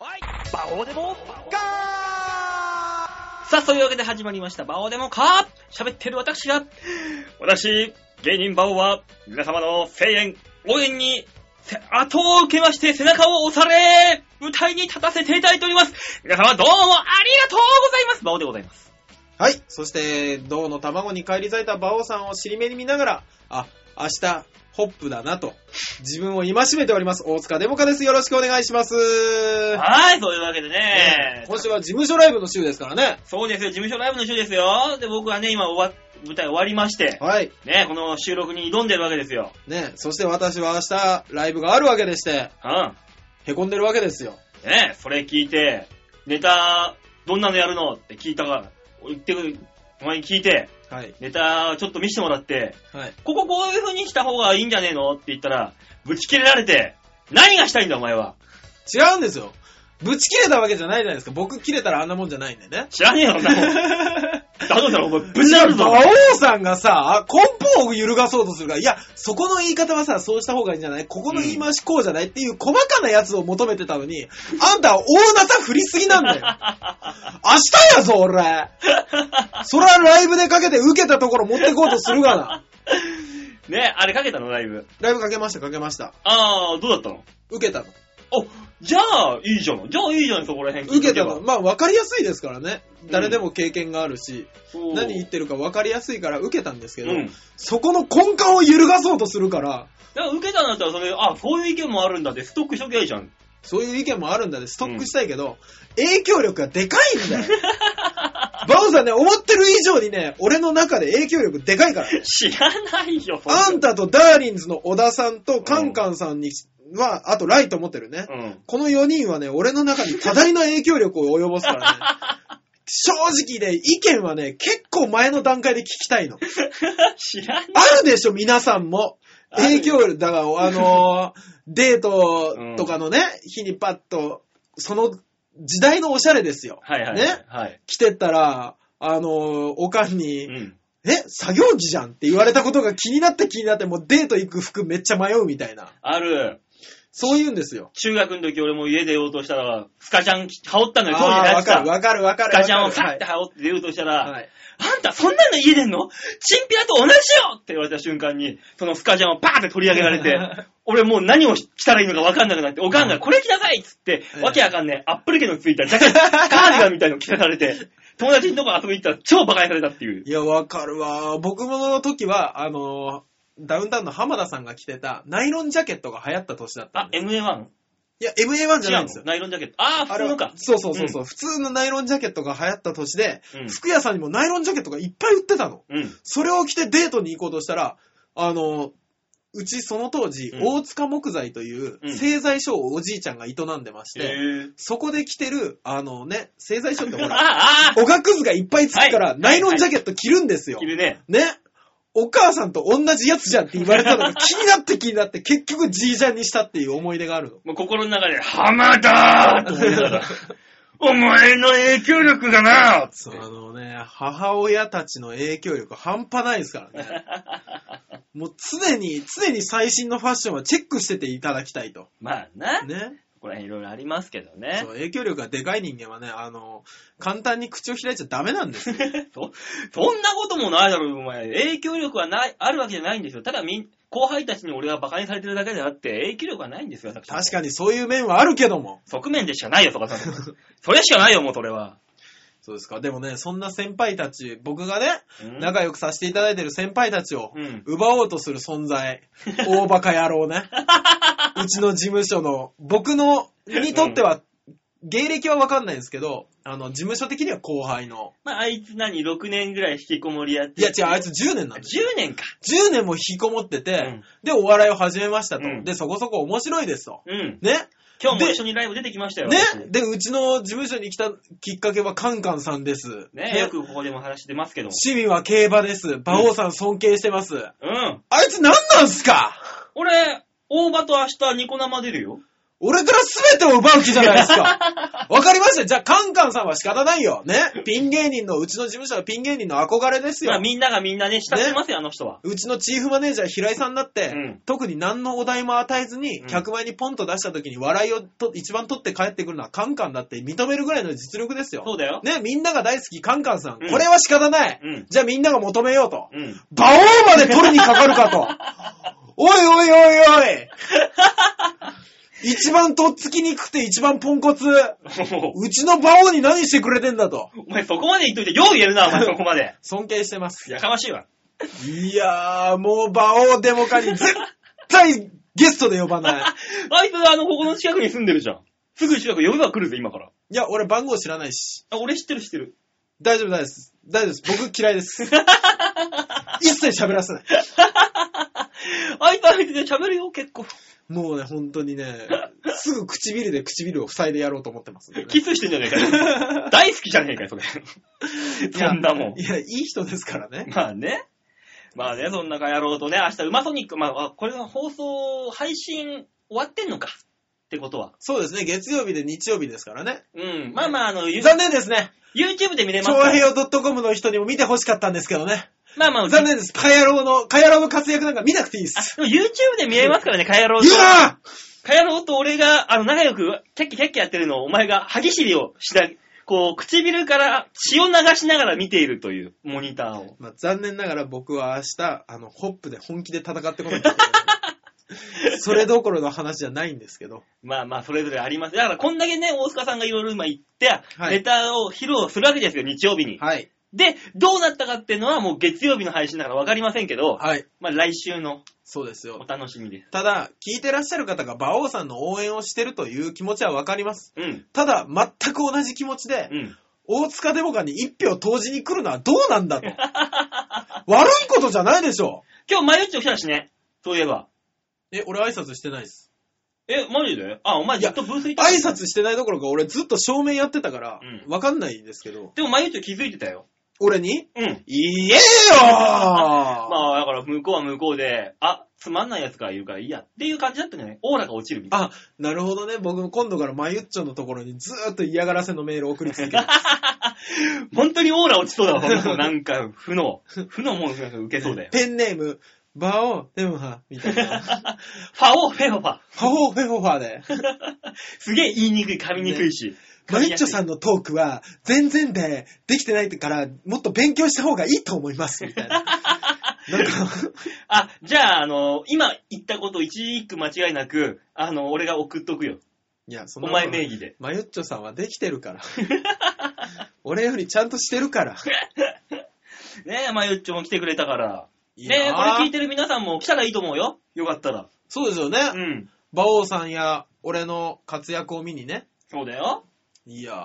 バオデモカーさあ、そういうわけで始まりました、バオデモカー喋ってる私が、私、芸人バオは、皆様の声援、応援に、せ後を受けまして背中を押され、舞台に立たせていただいております。皆様どうもありがとうございます。バオでございます。はい。そして、銅の卵に返り咲いた馬王さんを尻目に見ながら、あ、明日、ホップだなと、自分を戒めております。大塚デモカです。よろしくお願いします。はい、そういうわけでねねえ、今週は事務所ライブの週ですからね。そうですよ、事務所ライブの週ですよ。で、僕はね、今終わ、舞台終わりまして、はい。ね、この収録に挑んでるわけですよ。ねそして私は明日、ライブがあるわけでして、うん。へこんでるわけですよ。ね、それ聞いて、ネタ、どんなのやるのって聞いたから、言ってくる、お前に聞いて、はい。ネタちょっと見せてもらって、はい。こここういう風にした方がいいんじゃねえのって言ったら、ぶち切れられて、何がしたいんだお前は。違うんですよ。ぶち切れたわけじゃないじゃないですか。僕切れたらあんなもんじゃないんでね。知らねえよ、そんなも ん。だとしたらお前ぶち切れるぞ。馬王さんがさ、根本を揺るがそうとするから、いや、そこの言い方はさ、そうした方がいいんじゃないここの言い回しこうじゃないっていう細かなやつを求めてたのに、あんたは大なさ振りすぎなんだよ。明日やぞ、俺。そらライブでかけて受けたところ持ってこうとするがな。ね、あれかけたの、ライブ。ライブかけました、かけました。あー、どうだったの受けたの。お、じゃあ、いいじゃん。じゃあ、いいじゃん、そこら辺。受けたばの。まあ、わかりやすいですからね。誰でも経験があるし、そう何言ってるかわかりやすいから受けたんですけど、うん。そこの根幹を揺るがそうとするから、だから受けたんだったら、それ、あ、そういう意見もあるんだって、ストックしときゃいいじゃん。そういう意見もあるんだね。ストックしたいけど、影響力がでかいんだよ。 バオさんね、思ってる以上にね、俺の中で影響力でかいから。知らないよ、そあんなたとダーリンズの小田さんとカンカンさんには、あとライト持ってるね。うん。この4人はね、俺の中に多大な影響力を及ぼすからね。正直ね、意見はね、結構前の段階で聞きたいの。知らない。あるでしょ、皆さんも。影響力、だから、あ のー、デートとかのね、日にパッと、その時代のおしゃれですよ。はいはい。ねはい。来てったら、あのー、おかんうに、ん。え、作業着じゃんって言われたことが気になって気になって、もうデート行く服めっちゃ迷うみたいな。ある。そういうんですよ。中学の時俺も家出ようとしたら、スカジャン着羽織ったのよ、当時のあーやわつかさる。わかるわかスる。カジャンをカはッいて羽織って出ようとしたら、はい。あんたそんなの家出んのチンピラと同じよって言われた瞬間に、そのスカジャンをパーって取り上げられ て、俺もう何を着たらいいのか分かんなくなって、おかんがこれ着なさいっつって、うんわけわかんねえ、アップル家のついたジャケット、カーディガンみたいの着せられ て、友達のとこ遊びに行ったら超馬鹿にされたっていう。いや、わかるわ。僕もの時は、あのー、ダウンタウンの浜田さんが着てたナイロンジャケットが流行った年だったあん、で MA1? いや、MA1 じゃ違なうんのいですよ。ナイロンジャケット。ああ、普あ通れのはか。そうそうそうそう、普通のナイロンジャケットが流行った年で、うん服屋さんにもナイロンジャケットがいっぱい売ってたの。うん。それを着てデートに行こうとしたら、あの、うちその当時、うん大塚木材といううん製材所をおじいちゃんが営んでましへて、ーそこで着てる、あのね、製材所ってほあ ら、あ、あおがくずがいっぱいつくから、はいナイロンジャケット着るんですよあ、い。るね。ね。お母さんと同じやつじゃんって言われたのが気になって気になって、結局じいちゃんにしたっていう思い出があるの。もう心の中で、浜田ーって思いなが ら、お前の影響力がなーってそう、あのね、母親たちの影響力半端ないですからね。 もう常に、常に最新のファッションはチェックしてていただきたいと。まあな、ね。これいろいろありますけどねそう、。影響力がでかい人間はね、あの、簡単に口を開いちゃダメな んですよ。そんなこともないだろ、お前。影響力はない、あるわけじゃないんですよ。ただみん、後輩たちに俺が馬鹿にされてるだけであって、影響力はないんですよ、確確かにそういう面はあるけども。側面でしかないよ、そこは。それしかないよ、もうそれは。そうですか。でもね、そんな先輩たち、僕がね、うん仲良くさせていただいてる先輩たちをうん奪おうとする存在、大バカ野 郎ね。うちの事務所の、僕の、にとっては、芸歴はわかんないんですけど、あの、事務所的には後輩の。まあ、あいつ何、6年ぐらい引きこもりやっいて。や違う、あいつ10年なんですよ。 10年か。 10年も引きこもってて、うんで、お笑いを始めましたと。うんで、そこそこ面白いですと。うん。ね今日も一緒にライブ出てきましたよ。ね私で、うちの事務所に来たきっかけはカンカンさんです。ねよくここでも話してますけども。趣味は競馬です。馬王さん尊敬してます。うん。あいつ何なんすか俺、大場と明日ニコ生出るよ。俺から全てを奪う気じゃないですか。わかりました。じゃあ、カンカンさんは仕方ないよ。ね。ピン芸人の、うちの事務所のピン芸人の憧れですまあよ。みんながみんなね、慕ってますよ、あの人は。うちのチーフマネージャー平井さんになって、うん特に何のお題も与えずに、うん客前にポンと出した時に笑いをと一番取って帰ってくるのはカンカンだって認めるぐらいの実力ですよ。そうだよ。ね、みんなが大好きカンカンさん。うんこれは仕方ない。うんじゃあみんなが求めようと。 うん。馬王まで取りにかかるか と。おいおいおいおい。一番とっつきにくくて一番ポンコツ。うちの馬王に何してくれてんだと。。お前そこまで言っといて、よう言えるな、お 前そこまで尊敬してます。やかましいわ。いやー、もう馬王デモカに絶対ゲストで呼ばない。あいつ、あの、ここの近くに住んでるじゃん。すぐ近く呼べば来るぜ、今から。 いや、俺番号知らないし。あ、俺知ってる知って る。大丈夫です。大丈夫です。僕嫌い です。一切喋らせない。あいつ、あいつで喋るよ、結 構。もうね、本当にね、すぐ唇で唇を塞いでやろうと思ってます んでね、キスしてんじゃねえか よ。大好きじゃねえかよ、それ。そんなもん。いや、いい人ですからね。 まあね。まあね、そんなかやろうとね、明日、ウマソニック、まああ、これが放送、配信終わってんのか。ってことは。そうですね、月曜日で日曜日ですからね。うん。まあまあ、あの、ゆ残念ですね。 YouTube で見れます超から。平洋 .com の人にも見てほしかったんですけどね。まあまあ、残念です。カヤロウの、カヤロウの活躍なんか見なくていいであす。、でも YouTube で見れますからね、カヤロウと言う。なカヤロウと俺が、あの、仲良く、キャッキャッキャッやってるのを、お前が歯ぎしりをしな、こう、唇から血を流しながら見ているという、モニターを。まあ、残念ながら僕は明日、あの、ホップで本気で戦ってこないといけ ないそれどころの話じゃないんですけど。まあまあ、それぞれあります。だから、こんだけね、大塚さんがいろいろ今言って、はいネタを披露するわけですよ、日曜日に。はい。で、どうなったかっていうのはもう月曜日の配信だからわかりませんけど、はい。まあ来週のそうですおよ。楽しみです。ただ、聞いてらっしゃる方が馬王さんの応援をしてるという気持ちはわかります。うん。ただ、全く同じ気持ちで、うん。大塚デモカに一票投じに来るのはどうなんだと。悪いことじゃないでしょ今日、前打ち起きたしね。そういえば。う。え、俺挨拶してないです。え、マジであ、お前ずっとブースいた挨拶してないどころか俺ずっと正面やってたからう、んわかんないんですけど、でも前打ち気づいてたよ。俺にうん。言えよ ーまあ、だから向こうは向こうで、あ、つまんない奴がいるからいいやっていう感じだったんじゃないオーラが落ちるみたいあ、なるほどね。僕も今度からマユッチョのところにずーっと嫌がらせのメールを送り続け る。な。本当にオーラ落ちそうだわ、この子 なんか、負の。負のもん受けそうだよ。ペンネーム、バオ、デムハ、みたい な。 ファオフェファファ。ファホーフェホファーで。 すげえ言いにくい、噛みにくいし。マユッチョさんのトークは全然でできてないからもっと勉強した方がいいと思います、みたいな。なんか、あ、じゃあ、あの、今言ったこと一句間違いなく、あの、俺が送っとくよ。いや、そおんな前名義で。マユッチョさんはできてるから。 俺よりちゃんとしてるから。ねえ、まゆっちょも来てくれたから。いいなねえ、これ聞いてる皆さんも来たらいいと思うよ。よかったら。そうですよね。うん。馬王さんや俺の活躍を見にね。そうだよ。いやー。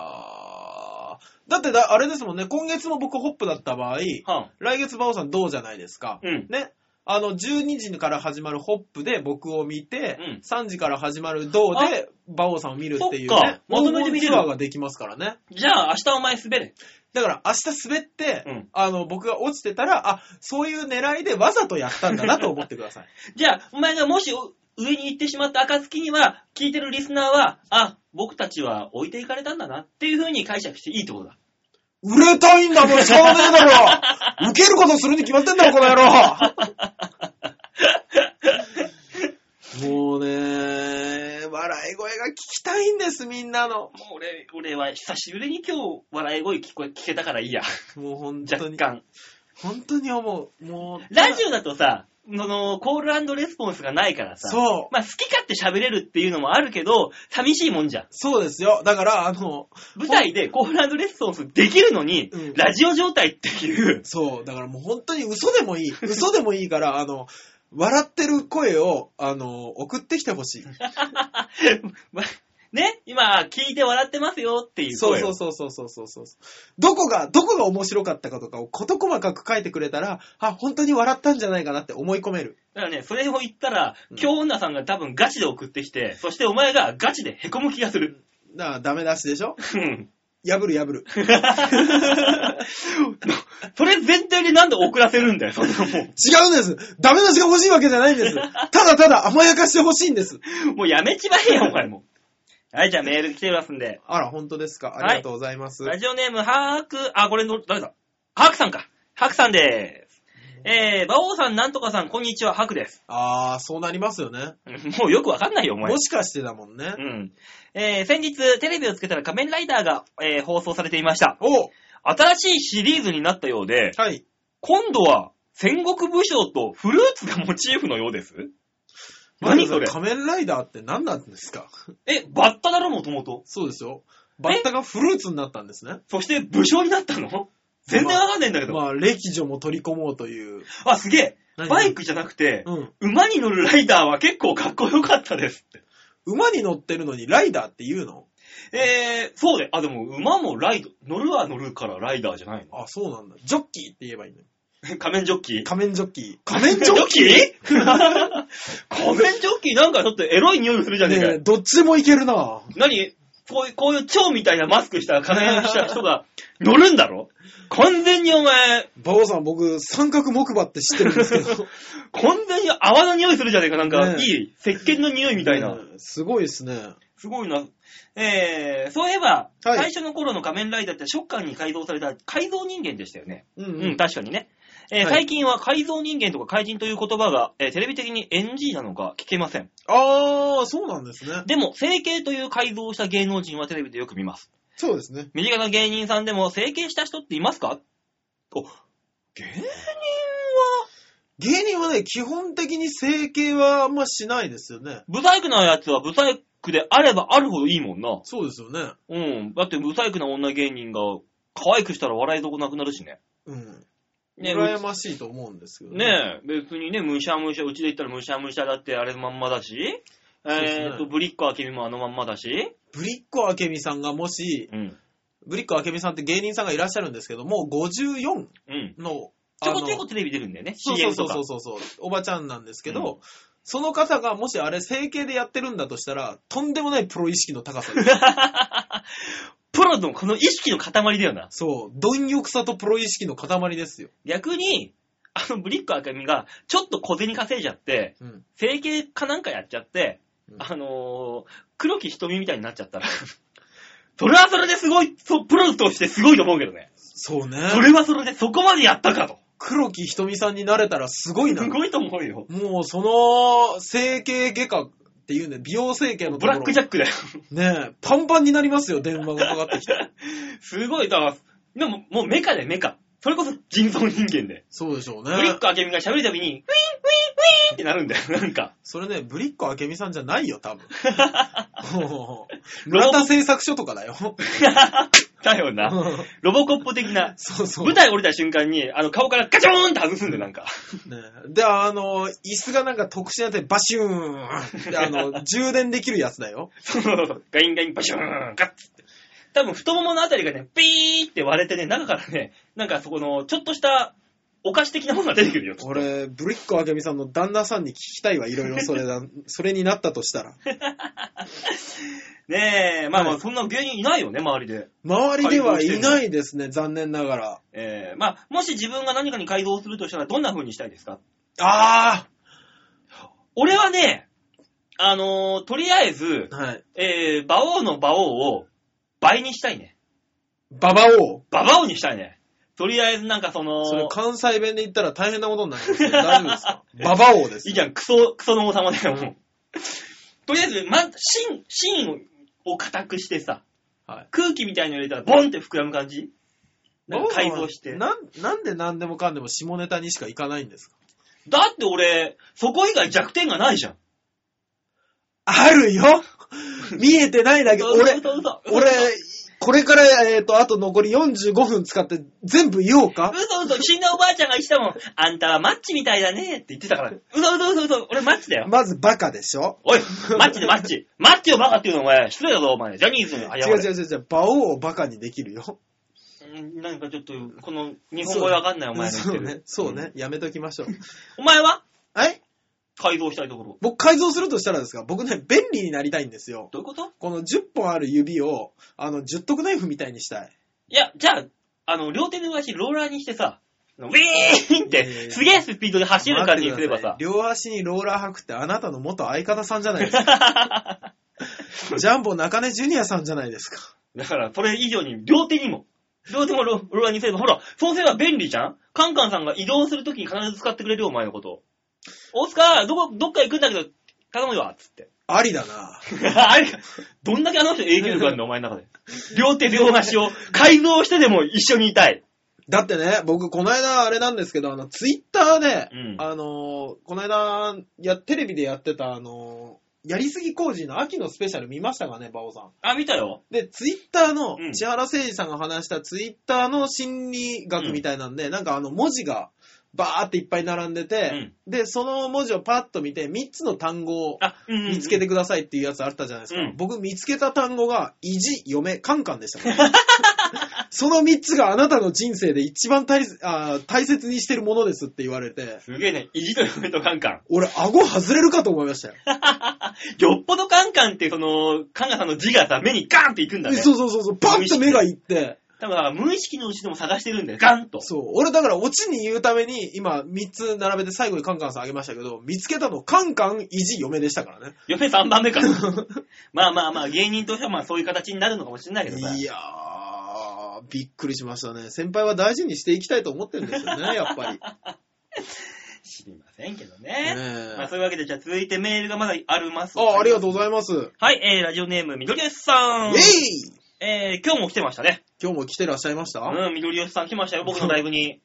だってだ、あれですもんね、今月も僕ホップだった場合、は来月馬王さんどうじゃないですか。ん。うん。ね。あの、12時から始まるホップで僕を見て、うん3時から始まる銅で馬王さんを見るっていうそっかね、まとめて見れる黄金ツアーができますからね。じゃあ、明日お前滑れ。だから明日滑って、うんあの、僕が落ちてたら、あ、そういう狙いでわざとやったんだなと思ってください。 じゃあ、お前がもしお上に行ってしまった暁には、聞いてるリスナーは、あ、僕たちは置いていかれたんだなっていう風に解釈していいってことだ。売れたいんだもん、しょうがねえだ ろ受けることするに決まってんだろ、この野郎もうね、笑い声が聞きたいんです、みんなの。もう俺、俺は久しぶりに今日、笑い声聞こえ、聞けたからいいや。もう本当 若に、干。本当に思う。も う、ラジオだとさ、その、コールレスポンスがないからさ、そう、まあ好き勝手喋れるっていうのもあるけど、寂しいもんじゃん。そうですよ。だから、あの、舞台でコールレスポンスできるのに、うんラジオ状態っていう、 そう、だからもう本当に嘘でもいい。嘘でもいいから、あの、笑ってる声を、あの、送ってきてほしまね、今、聞いて笑ってますよっていい。うそう声そをうそうそうそうそうそう。どこが、どこが面白かったかとかを事細かく書いてくれたら、あ、本当に笑ったんじゃないかなって思い込める。だからね、それを言ったらう、ん京女さんが多分ガチで送ってきて、そしてお前がガチで凹む気がする。だからダメ出しでしょ うん 破る破る。それ前提でなんで送らせるんだよ、そんなも違うんです ダメ出しが欲しいわけじゃないんですただただ甘やかしてほしいんです う。もうやめちまえよ、お前も。はい、じゃあメール来てますんで。あら、本当ですか。ありがとうございます。ラジオネーム、ハーク、あ、これの、誰だハークさんか。ハークさんでーす。えー、馬王さん、なんとかさん、こんにちは、ハークです。 あー、そうなりますよね。もうよくわかんないよ、お前も。しかしてだもんねう。ん。えー、先日、テレビをつけたら仮面ライダーが、えー放送されていました。お新しいシリーズになったようで、はい。今度は、戦国武将とフルーツがモチーフのようです。何それ仮面ライダーって何なんですかえ、バッタだろ、もともと。そうですよ。バッタがフルーツになったんですね。そして、武将になったの全然わかんないんだけど。まあ、歴女も取り込もうという。あ、すげえ。何バイクじゃなくて、うん。馬に乗るライダーは結構かっこよかったですって。馬に乗ってるのにライダーって言うのえー、そうで、あ、でも馬もライド、乗るは乗るからライダーじゃないの。あ、そうなんだ。ジョッキーって言えばいいのに。 仮面ジョッキー。仮面ジョッキー。 ー仮面ジョッキーなんかちょっとエロい匂いするじゃねえかねえよ。どっちもいけるな何こういう、こういう蝶みたいなマスクした 仮面した人が乗るんだろ完全にお前、バオさん、僕、三角木馬って知ってるんですけど。完全に泡の匂いするじゃねえか。なんか、ねえいい石鹸の 匂いみたいな。ねえすごいですね。すごいな。えー、そういえば、はい最初の頃の仮面ライダーってショッカーに改造された改造人間でしたよね。うん、うん、確かにね。えーはい最近は改造人間とか怪人という言葉が、えーテレビ的に NG なのか聞けません。あー、そうなんですね。でも、整形という改造をした芸能人はテレビでよく見ます。そうですね。身近な芸人さんでも整形した人っていますかお、芸人は、芸人はね、基本的に整形はあんましないですよね。ブサイクなやつはブサイクであればあるほどいいもんな。そうですよね。うん。だって、ブサイクな女芸人が可愛くしたら笑いどこなくなるしね。うん。ね羨ましいと思うんですけどねえ、別にね、むしゃむしゃ、うちで言ったらむしゃむしゃだってあれのまんまだし、うですねえっと、ブリッコあけみもあのまんまだし、ブリッコあけみさんがもし、うん。ブリッコあけみさんって芸人さんがいらっしゃるんですけども、54うん。の、ちあょのこちょこテレビ出るんだよね、そうそう CM とそうかそう。そうそう、おばちゃんなんですけど、うその方がもしあれ整形でやってるんだとしたら、とんでもないプロ意識の高さ です。プロのこの意識の塊だよな。そう、貪欲さとプロ意識の塊ですよ。逆に、あのブリッコあけみが、ちょっと小銭稼いじゃって、うん。整形かなんかやっちゃって、うんあのー、黒木瞳みたいになっちゃったら、 それはそれですごい、そうプロとしてすごいと思うけどね。そうね。それはそれでそこまでやったかと。黒木ひとみさんになれたらすごいなす。ごいと思うよ。もうその、整形外科っていうね、美容整形のとブころ。ラックジャックだよ。ねえ、パンパンになりますよ、電話がかかってきて。すごい、だから、でも、もうメカでメカ。それこそ人造人間で。 そうでしょうブリねッ。クアケミが喋るたびに、ウィンウィンウィンってなるんだよ、なんか。 それね、ブリッコあけみさんじゃないよ、多 分。もうロボ村田製作所とかだよ。だよな。ロボコップ的な。 そうそう。舞台降りた瞬間に、あの、顔からガチョーンって外すんだよ、なんか。 ねえで、あの、椅子がなんか特殊なやつでバシューンであの、充電できるやつだよ。そうそうそうガインガインバシューン、ガッツって。多分、太もものあたりがね、ピーって割れてね、中からね、なんかそこの、ちょっとした、お菓子的なものが出てくるよ、きっと俺、ブリッコあけみさんの旦那さんに聞きたいわ、いろいろそれだ、それになったとしたら。ねえ、まあまはあ、そんな芸人いないよね、周りで。周りではいないですね、残念ながら。えー、まあ、もし自分が何かに改造するとしたら、どんな風にしたいですかあ俺はね、あのーとりあえずあ、はい。えー、馬王の馬王を倍にしたいね。ババ王。馬馬王にしたいね。とりあえずなんかその、それ関西弁で言ったら大変なことにな りますよ。大丈夫ですかババ王ですいい。じゃん、クソ、クソの王様だよ、もう。とりあえず、ま、芯、芯を硬くしてさ、はい空気みたいの入れたら、ボンって膨らむ感じなんか改造して。だなん、なんで何でもかんでも下ネタにしかいかないんですかって俺、そこ以外弱点がないじゃん。ある よ見えてないだけ。俺、嘘、嘘嘘嘘俺、これから、えっ、と、あと残り45分使って全部言おうか嘘嘘、死んだおばあちゃんが言ってたもん。あんたはマッチみたいだねって言ってた から。嘘嘘嘘嘘、俺マッチだよ。まずバカでしょおい、マッチでマッチ。マッチをバカっていうのお前、失礼だぞお前。ジャニーズに謝れ。違う違う違う違う、馬王をバカにできるよ。うんなんかちょっと、この日本語わかんないお前の言っそてうるね。。そうね。やめときましょう。お前ははい改造したいところ。僕改造するとしたらですか僕ね、便利になりたいんですよ。どういうことこの10本ある指を、あの、十徳ナイフみたいにしたい。いや、じゃあ、あの、両手の足ローラーにしてさ、ウィーンっいやいやいて、やすげえスピードで走る感じにすれば待っさ て、ください両足にローラー履くってあなたの元相方さんじゃないですか。ジャンボ中根ジュニアさんじゃないですか。だから、それ以上に、両手にも。両手もロローラーにせるほら、そうすれば便利じゃんカンカンさんが移動するときに必ず使ってくれるよ、お前のこと。大塚、どこ、どっか行くんだけど、頼むよ、つって。ありだな。 あれ、どんだけあの人影響力あるんだ、お前の中で。両手両足を改造してでも一緒にいたい。だってね、僕、この間、あれなんですけど、あの、ツイッターで、うんあのー、この間、や、テレビでやってた、あのー、やりすぎ工事の秋のスペシャル見ましたかね、バオさん。あ、見たよ。で、ツイッターのうん、千原誠二さんが話したツイッターの心理学みたいなんで、なんかあの文字がバーっていっぱい並んでて、で、その文字をパッと見て、3つの単語をあ、うんうん見つけてくださいっていうやつあったじゃないですか。うん僕見つけた単語が、意地、嫁、カンカンでし たからね。その3つがあなたの人生で一番大あー大切にしてるものですって言われて、すげえね、意地と嫁とカンカン。俺、顎外れるかと思いましたよ。よっぽどカンカンって、その、カンカンさんの字がさ、目にガーンっていくんだね。そうそうそうそう、パッと目がいって。多分だから、無意識のうちでも探してるんだよ、ガンと。そう。俺だから、オチに言うために、今、3つ並べて最後にカンカンさんあげましたけど、見つけたの、カンカン、意地、嫁でしたからね。嫁3番目か。まあまあまあ、芸人としてはまあそういう形になるのかもしれないけどさ。いやー、びっくりしましたね。先輩は大事にしていきたいと思ってるんです よね、やっぱり。知りませんけどねね。えまあそういうわけで、じゃあ続いてメールがまだあります。あ、ありがととうございます。イェう。はい、えー、ラジオネーム、みどりよしさん。イえー、今日も来てましたね。今日も来てらっしゃいました、うん、みどりよしさん来ましたよ、僕のライブ に。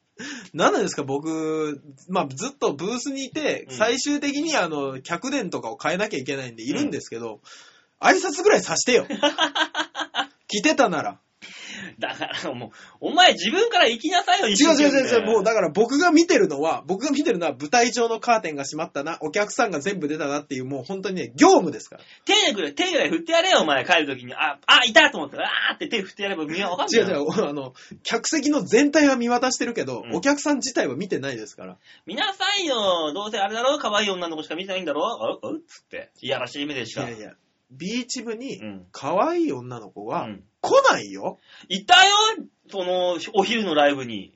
何なんですか、僕、まあ、ずっとブースにいて、うん最終的に、あの、客伝とかを変えなきゃいけないんで、いるんですけど、挨拶ぐらいさ してよ。来てたなら。だからもう、お前自分から行きなさいよ、一違う生違う懸命違う違う、もうだから僕が見てるのは、僕が見てるのは舞台上のカーテンが閉まったな、お客さんが全部出たなっていう、もう本当にね、業務ですから。手ぐらい、手ぐらい振ってやれよ、お前、帰るときに。あ、あ、いたと思ったら、あーって手振ってやればみんなわかんない。違う違う、あの、客席の全体は見渡してるけど、うんお客さん自体は見てないですから。見なさいよ、どうせあれだろ、可愛い女の子しか見てないんだろ、ううっつって。いやらしい目でしいか。やいや、ビーチ部にう、ん。可愛い女の子うがん来ないよ。いたよ、その、お昼のライブに。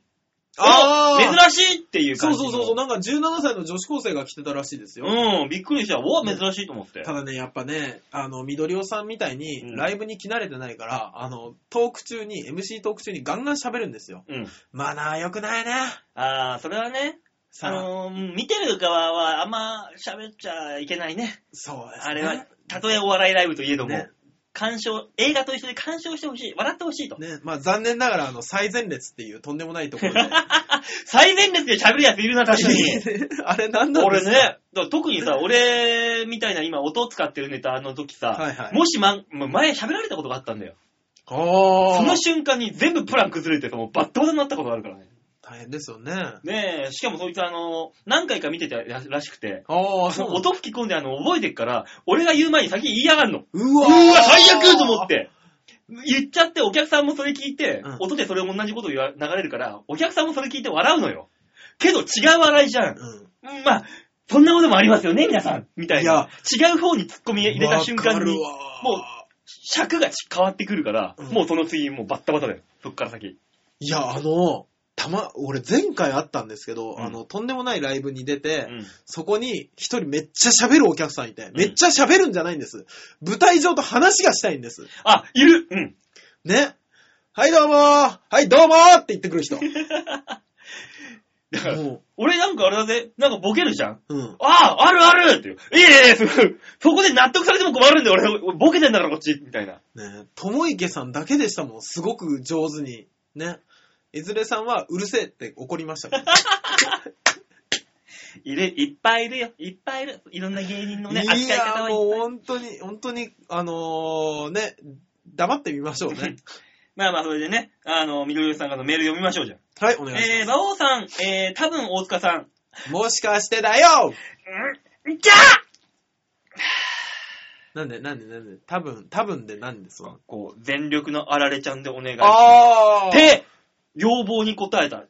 あー珍しいっていうそ感うじの。そうそうそう、なんか17歳の女子高生が来てたらしいですよ。うん、びっくりした。お珍しいと思って。ただね、やっぱね、あの、緑尾さんみたいに、うんライブに来慣れてないから、あの、トーク中に、MC トーク中にガンガン喋るんですよ。うん。マナー良くないね。あー、それはね、さああ、のー見てる側はあんま喋っちゃいけないね。そうですね。あれは、たとえお笑いライブといえども、ね鑑賞、映画と一緒に鑑賞してほしい。笑ってほしいと。ね、まあ残念ながら、あの、最前列っていうとんでもないところ で。最前列で喋るやついるな、確か に。 あれなんなんで俺すね、かだから特にさ、俺みたいな今音を使ってるネタの時さ、はいはいもし、ま、もう前喋られたことがあったんだよ。あそのあ。瞬間に全部プラン崩れてさ、もうバッドになったことがあるからね。大変ですよね。ねえ、しかもそいつあの、何回か見てたらしくて、ああ、そうなんだ音吹き込んであの、覚えてっから、俺が言う前に先言いやがんの。ううわわ、ー最悪と思っ。て。言っちゃって、お客さんもそれ聞いて、うん音でそれ同じこと言わ流れるから、お客さんもそれ聞いて笑うのよ。けど違う笑いじゃん。うん。うんまあ、そんなこともありますよね、皆さん。みたいな。違う方に突っ込み入れた瞬間に、わかるもうわー尺が変わってくるから、うんもうその次、もうバッタバタだよ。そっから先。いや、あの、たま、俺前回あったんですけうど、んあの、とんでもないライブに出て、うんそこに一人めっちゃ喋るお客さんいて、めっちゃ喋るんじゃないんです。舞台上と話がしたいんです。あ、いるうん。ね。はい、どうもーはい、どうもーって言ってくる 人。だから、も俺なんかあれだぜ、なんかボケるじゃん。う、うん。ああ、あるあるっていう。いえいえ、すごいそこで納得されても困るんだよ、俺。俺ボケてんだから、こっち。みたいな。ねともいけさんだけでしたもん、すごく上手に。ね。いずれさんは、うるせえって怒りましたから。いる、いっぱいいるよ。いっぱいいる。いろんな芸人 のね、扱いいや方ー、はいもうっぱい。本当に、本当に、あのー、ね、黙ってみましょうね。まあまあ、それでね、あの、緑吉さんからのメール読みましょうじゃん。はい、お願いしえー、馬王さん、えー、多分大塚さん、ます。もしかしてだよんじゃあなんで、なんで、なんで、多分、多分でなんでその。こう、全力のあられちゃんでお願いしまあす。で、要望に応えた。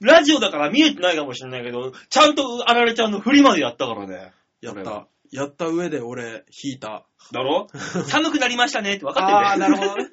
ラジオだから見えてないかもしれないけど、ちゃんとあられちゃんの振りまでやったからね。やっこれはた。やった上で俺、引いた。だ ろ寒くなりましたねって分かってるああー、 なるほど。どね。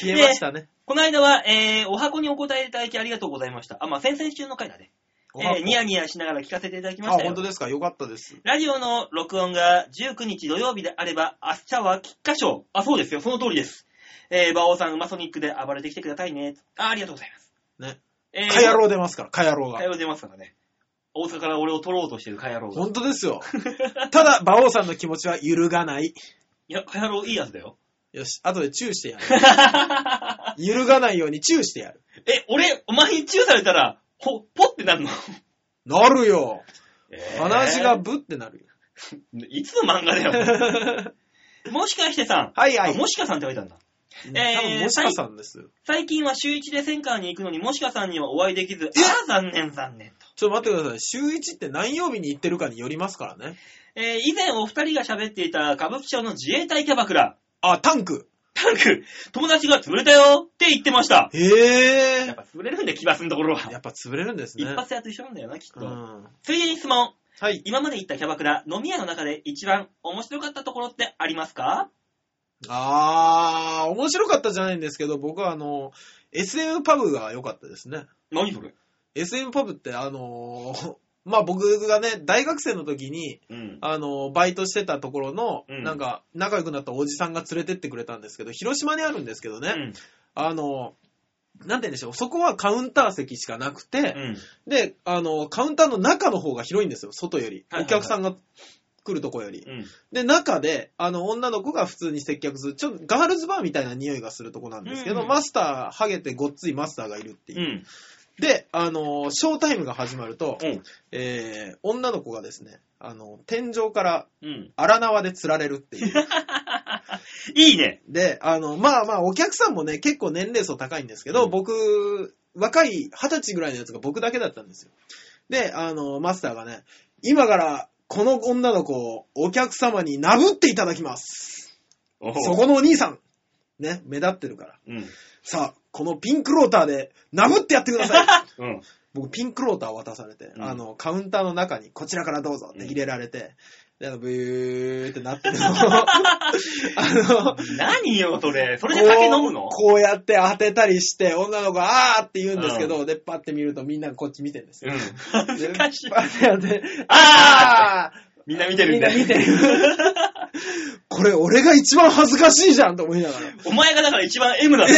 消えましたね。この間は、えー、お箱にお答えいただきありがとうございました。あ、まあ、先々週の回だね。おはこえーニヤニヤしながら聞かせていただきまあ、したよ本当。ですかよかったです。ラジオの録音が19日土曜日であれば、明日は菊花賞。あ、そうですよ。その通りです。えー、馬王さん、馬ソニックで暴れてきてくださいね。あ、ありがとうございます。ね。えー、かやろう出ますから、かやろうう。がか。やろう出ますからね。大阪から俺を取ろうとしてるかやろうが。い本当です よ。ただ、馬王さんの気持ちは揺るがない。や、かやろういいやつだよ。 よし、後でチューしてやる。 揺るがないようにチューしてやる。え、俺、お前にチューされたら、ほ、ポってなるの、なるよ。話がえブってなる よ。ー。いつの漫画だよ。もしかしてさん。はいはいあ。もしかさんって書いてあるんだ。多分、もしかさんです。最近は週一でセンターに行くのにもしかさんにはお会いできず、えああ、残念残念と。ちょっと待ってください。週1って何曜日に行ってるかによりますからね。えー以前お二人が喋っていた歌舞伎町の自衛隊キャバクラ、あ、タンク。タンク、友達が潰れたよって言ってました。へやっえ。ぱ潰れるんだよ、騎馬すんところは。やっぱ潰れるんですね。一発屋と一緒なんだよな、きっと。うん。ついでに質問。はい。今まで行ったキャバクラ、飲み屋の中で一番面白かったところってありますかあー、面白かったじゃないんですけど、僕はあの、SM パブが良かったですね。何それ SM パブってあの ーまあ僕がね、大学生の時に、うん。あのーバイトしてたところの、うんなんか、仲良くなったおじさんが連れてってくれたんですけど、広島にあるんですけどね、うん。あのーなんて言うんでしょう、そこはカウンター席しかなくて、うん。で、あの、カウンターの中の方が広いんですよ、外より。はいはいはいお客さんが来るとこより。うん。で、中で、あの、女の子が普通に接客する、ちょっとガールズバーみたいな匂いがするとこなんですけうんど、うんマスター、ハゲてごっついマスターがいるっていうう。ん。で、あの、ショータイムが始まると、うんえー女の子がですね、あの、天井からうん。荒縄で釣られるっ ていう。いいね。で、あの、まあまあ、お客さんもね、結構年齢層高いんですけど、うん僕、若い二十歳ぐらいのやつが僕だけだったんですよ。で、あの、マスターがね、今から、この女の子をお客様になぶっていただきます。おそこのお兄さん。ね、目立ってるから。うん。さあ、このピンクローターで、なぶってやってく ださい。うん。僕、ピンクローター渡されて、うんあの、カウンターの中に、こちらからどうぞって入れられて、であのブーってなって るのをあの、何よ、それ。それで酒飲むのこうこうやって当てたりして、女の子が、あーって言うんですけど、で、パッて見るとみんなこっち見てるんですうよ。ん。で恥ずかしいパ。ッてやって、ああみんな見ーてるんだみんな見て る。これ、俺が一番恥ずかしいじゃんと思いながら。お前がだから一番 M なんだ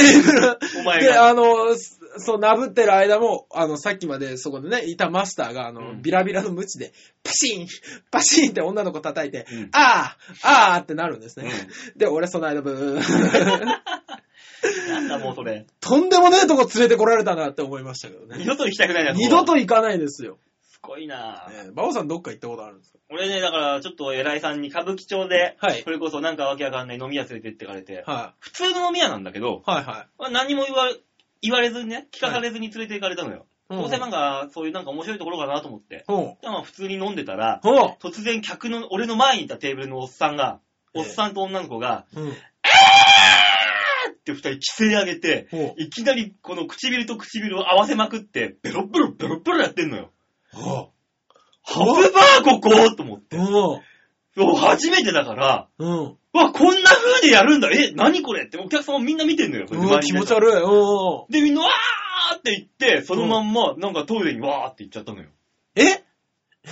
よ。お前で、が。あの、すそう、なぶってる間も、あの、さっきまでそこでね、いたマスターが、あうの、んビラビラの鞭で、パシーン、パシーンって女の子叩いて、うんあー、あーってなるんですね。で、俺その間、ブー。なんだもうそれ。とんでもねえとこ連れてこられたなって思いましたけど二ね。度と行きたくないな、二度ここと行かないですよ。すごいなぁ。ねえ、バオさんどっか行ったことあるんですか俺ね、だから、ちょっと偉いさんに歌舞伎町で、はいそれこそなんかわけわかんない飲み屋連れてってかれて、は普通の飲み屋なんだけど、い。はいはまあ何も言わ言われずにね、聞かされずに連れて行かれたのよ。い。どうせなんか、そういうなんか面白いところかなと思って。ほでまあ普通に飲んでたら、う。ほ突然客の、俺の前にいたテーブルのおっさんが、ええおっさんと女の子が、う。うん。って二人規制上げて、ほいきなりこの唇と唇を合わせまくって、ベロッベロベロッベロやってんのよ。う。ほハブバーここと思って。う。ほそう、初めてだから、う。うん。うわ、こんな風でやるんだえ、何これってお客様みんな見てんのよ。これうん、気持ちい。悪い。うん。で、みんな、わーって言って、そのまんま、なんかトイレにわーって行っちゃったのよ。え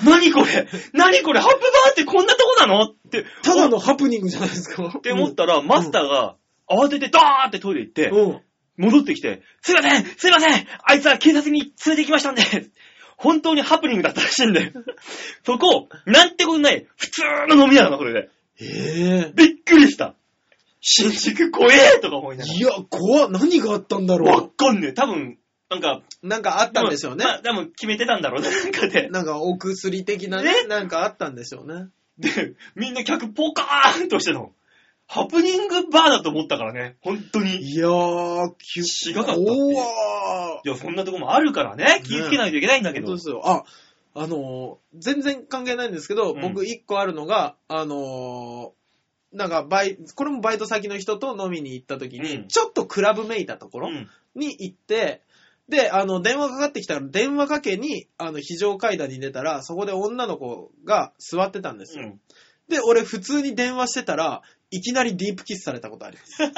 何これ何これハップバーってこんなとこなのって、っただのハプニングじゃないですか。って思ったら、マスターが、慌ててダーってトイレ行って、うん。戻ってきて、すいませんすいませんあいつは警察に連れて行きましたんで本当にハプニングだったらしいんだよ。そこ、なんてことない、普通の飲み屋なの、これで。ええ。びっくりした。新宿怖えとか思いながらい。や、怖っ。何があったんだわろかんねえ。多分、なんか、う。なんかあったんでしょうねま。あ、多分決めてたんだろうね、 なんかで。なんかお薬的なねね、なんかあったんでしょうね。で、みんな客ポカーンとしてたの。ハプニングバーだと思ったからね、本当に。いやー、き違かったっていう怖ー。いや、そんなとこもあるからね、気をつけないといけないんだけ本当ど。ですよ。あ、あのー全然関係ないんですけど、うん僕一個あるのが、あのーなんかバイ、これもバイト先の人と飲みに行った時に、うんちょっとクラブめいたところうんに行って、で、あの、電話かかってきたら、電話かけに、あの、非常階段に出たら、そこで女の子が座ってたんですうよ。ん。で、俺普通に電話してたら、いきなりディープキスされたことあ ります。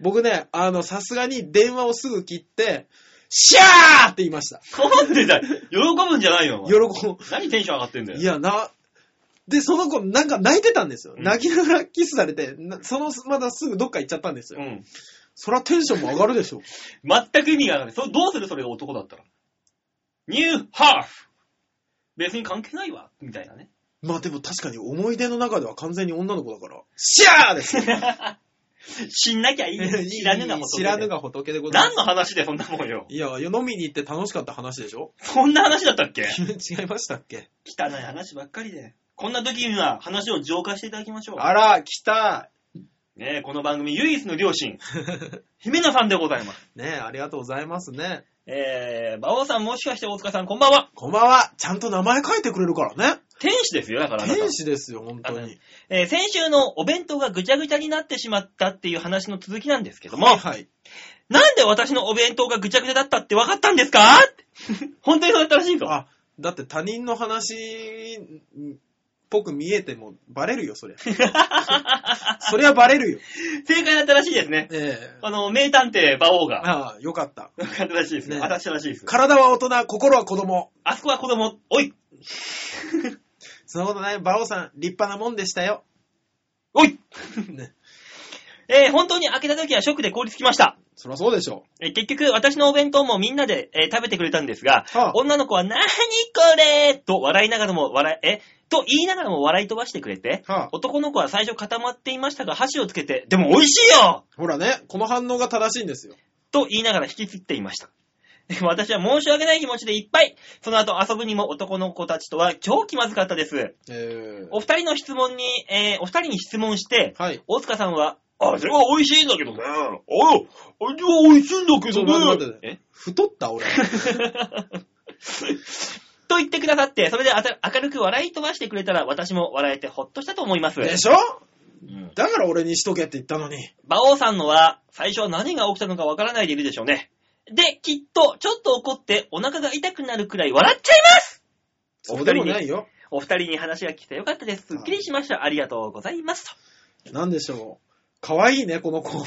僕ね、あの、さすがに電話をすぐ切って、シャーって言いました。困ってた。喜ぶんじゃないよ。お喜前ぶ。何テンション上がってんだよ。いや、な、で、その子、なんか泣いてたんですよ。うん泣きながらキスされて、なその、まだすぐどっか行っちゃったんですよ。うん。そらテンションも上がるでしょ。全く意味がない。そどうするそれ男だったら。ニューハーフ別に関係ないわ。みたいなね。まあでも確かに思い出の中では完全に女の子だ から、シャーですよ 死んなきゃいい。 知らぬがも知らぬが仏でございま何す。の話でそんなもんよ。いや、飲みに行って楽しかった話でしょそんな話だったっけ 違いましたっけ汚い話ばっかりで。こんな時には話を浄化していただきましょう。あら、来た。ねえ、この番組唯一の両 親、姫野さんでございます。ねえ、ありがとうございますね。えー、馬王さんもしかして大塚さんこんばんは。こんばんは。ちゃんと名前書いてくれるからね。天使ですよ、だからあなた天。使ですよ、本当に。えー先週のお弁当がぐちゃぐちゃになってしまったっていう話の続きなんですけども、はいはい。なんで私のお弁当がぐちゃぐちゃだったって分かったんです か本当にそうだったらしいぞ。あ、だって他人の話っぽく見えてもバレるよ、そ りゃ。そりゃバレるよ。正解だったらしいですね。ええあの、名探偵馬王 が。ああ、よかった。分かったらしいですね。ね当たったらしいです。体は大人、心は子供。あそこは子供、おい、そんなことない、馬王さん、立派なもんでしたよ。お い、ね、えー本当に開けた時はショックで凍りつきました。そりゃそうでしょえー結局、私のお弁当もみんなで、えー食べてくれたんですが、はあ女の子は、なにこれと笑いながらも、笑い、え、と言いながらも笑い飛ばしてくれて、はあ男の子は最初固まっていましたが、箸をつけて、でも美味しいよほらね、この反応が正しいんですよ。と言いながら引きつっていました。 でも私は申し訳ない気持ちでいっぱい。その後遊ぶにも男の子たちとは超気まずかったです。ええお二人の質問に、えーお二人に質問して、はい。大塚さんは、あれは美味しいんだけどね。ああれは美味しいんだけちょっと待って待ってえ太った俺。と言ってくださって、それであた明るく笑い飛ばしてくれたら、私も笑えてほっとしたと思います。 でしょうんだから俺にしとけって言ったのに。馬王さんのは、最初は何が起きたのかわからないでいるでしょうね。で、きっと、ちょっと怒って、お腹が痛くなるくらい笑っちゃいますおそう二で人もにないよ。お二人に話が聞けてよかったです。すっきりしました。ありがとうございます。となんでしょう。かわいいね、こ の子。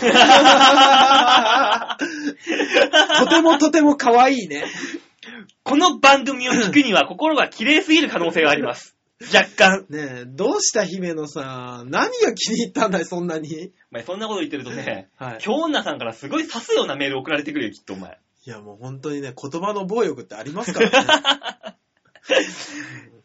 とてもとても可愛いね。この番組を聞くには、心が綺麗すぎる可能性があり ます。若干。ねえ、どうした姫野さん。何が気に入ったんだい、そんなに。お前、そんなこと言ってるとね、はい。京女さんからすごい刺すようなメール送られてくるよ、きっとお前。いや、もう本当にね、言葉の暴力ってあります からね。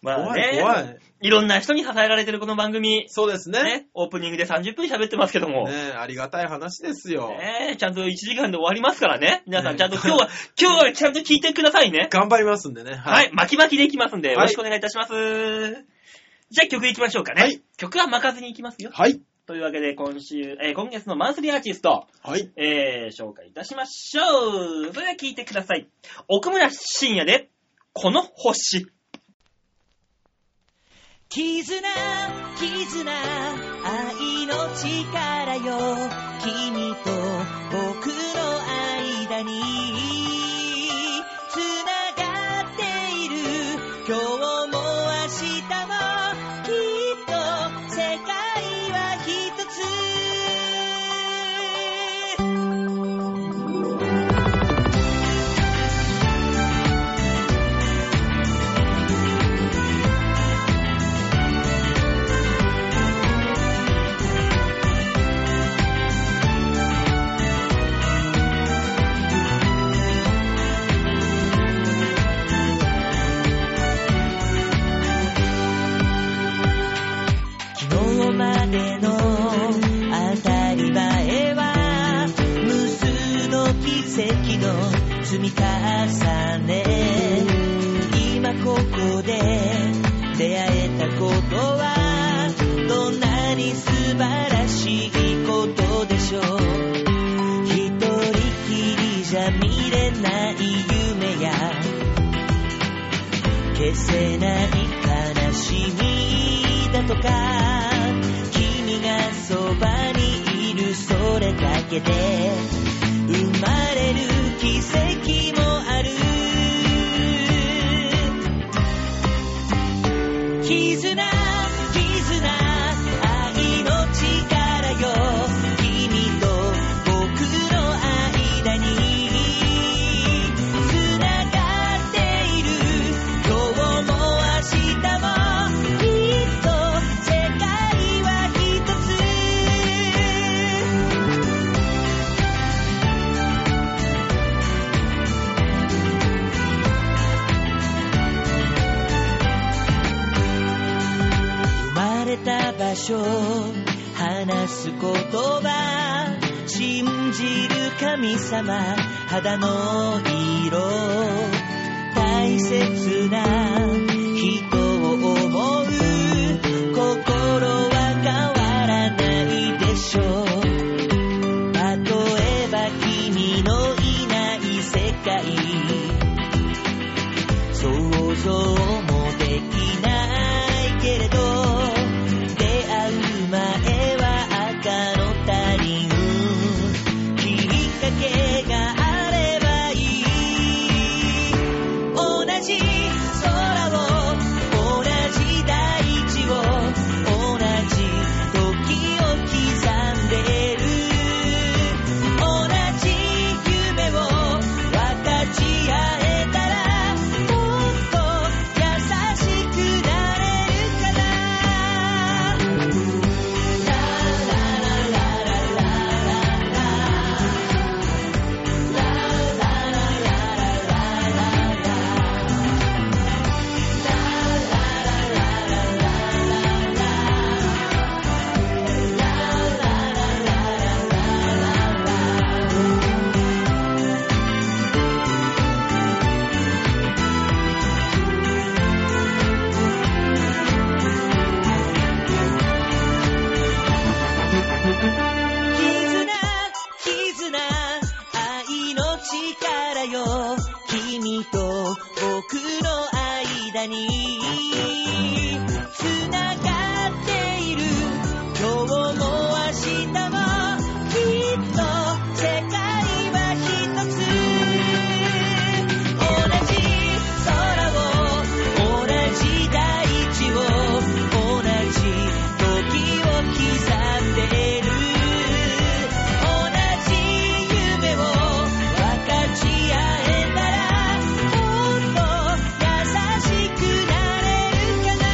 まあ怖ね、い、怖い。いろんな人に支えられてるこの番組、そうですね。ねね、オープニングで30分喋ってますけども、え、ありがたい話ですよ。ねちゃんと1時間で終わりますからね。皆さん、ねちゃんと今 日は、今日はちゃんと聞いてくださいね。頑張りますんでね。。はいい、巻き巻きでいきますんで、はいよろしくお願いいたします。じゃあ曲いきましょうかね。はい曲は巻かずにいきますよ。はい。というわけで、今週、えー今月のマンスリーアーティスト、はい。えー、紹介いたしましょう。それでは聞いてください。奥村深也で、この星。絆、絆、愛の力よ。君と僕の間に、つながっている。今日も明日も、きっと世界は一つ。昨日までの当たり前は無数の奇跡の積み重ね今ここで出会えたことはどんなに素晴らしいことでしょう一人きりじゃ見れない夢や消せない悲しみだとか君がそばにいるそれだけで生まれる奇跡もある絆絆愛の力よ君と僕の間につながっているれた場所話す言葉信じる神様肌の色大切な人を思う心は変わらないでしょう例えば君のいない世界想像もできないけれど出会う前は赤の他人きっかけがあればいい同じ空を同じ大地を同じ時を刻んでる同じ夢を分かち合えたらもっと優しくなれるから絆、絆、愛の力よ。君と僕の間に、繋がっている。今日も明日も、きっと世界は一つ。同じ空を、同じ大地を、同じ時を刻んでる。同じ夢を分かち合えたらもっと優しくなれるかな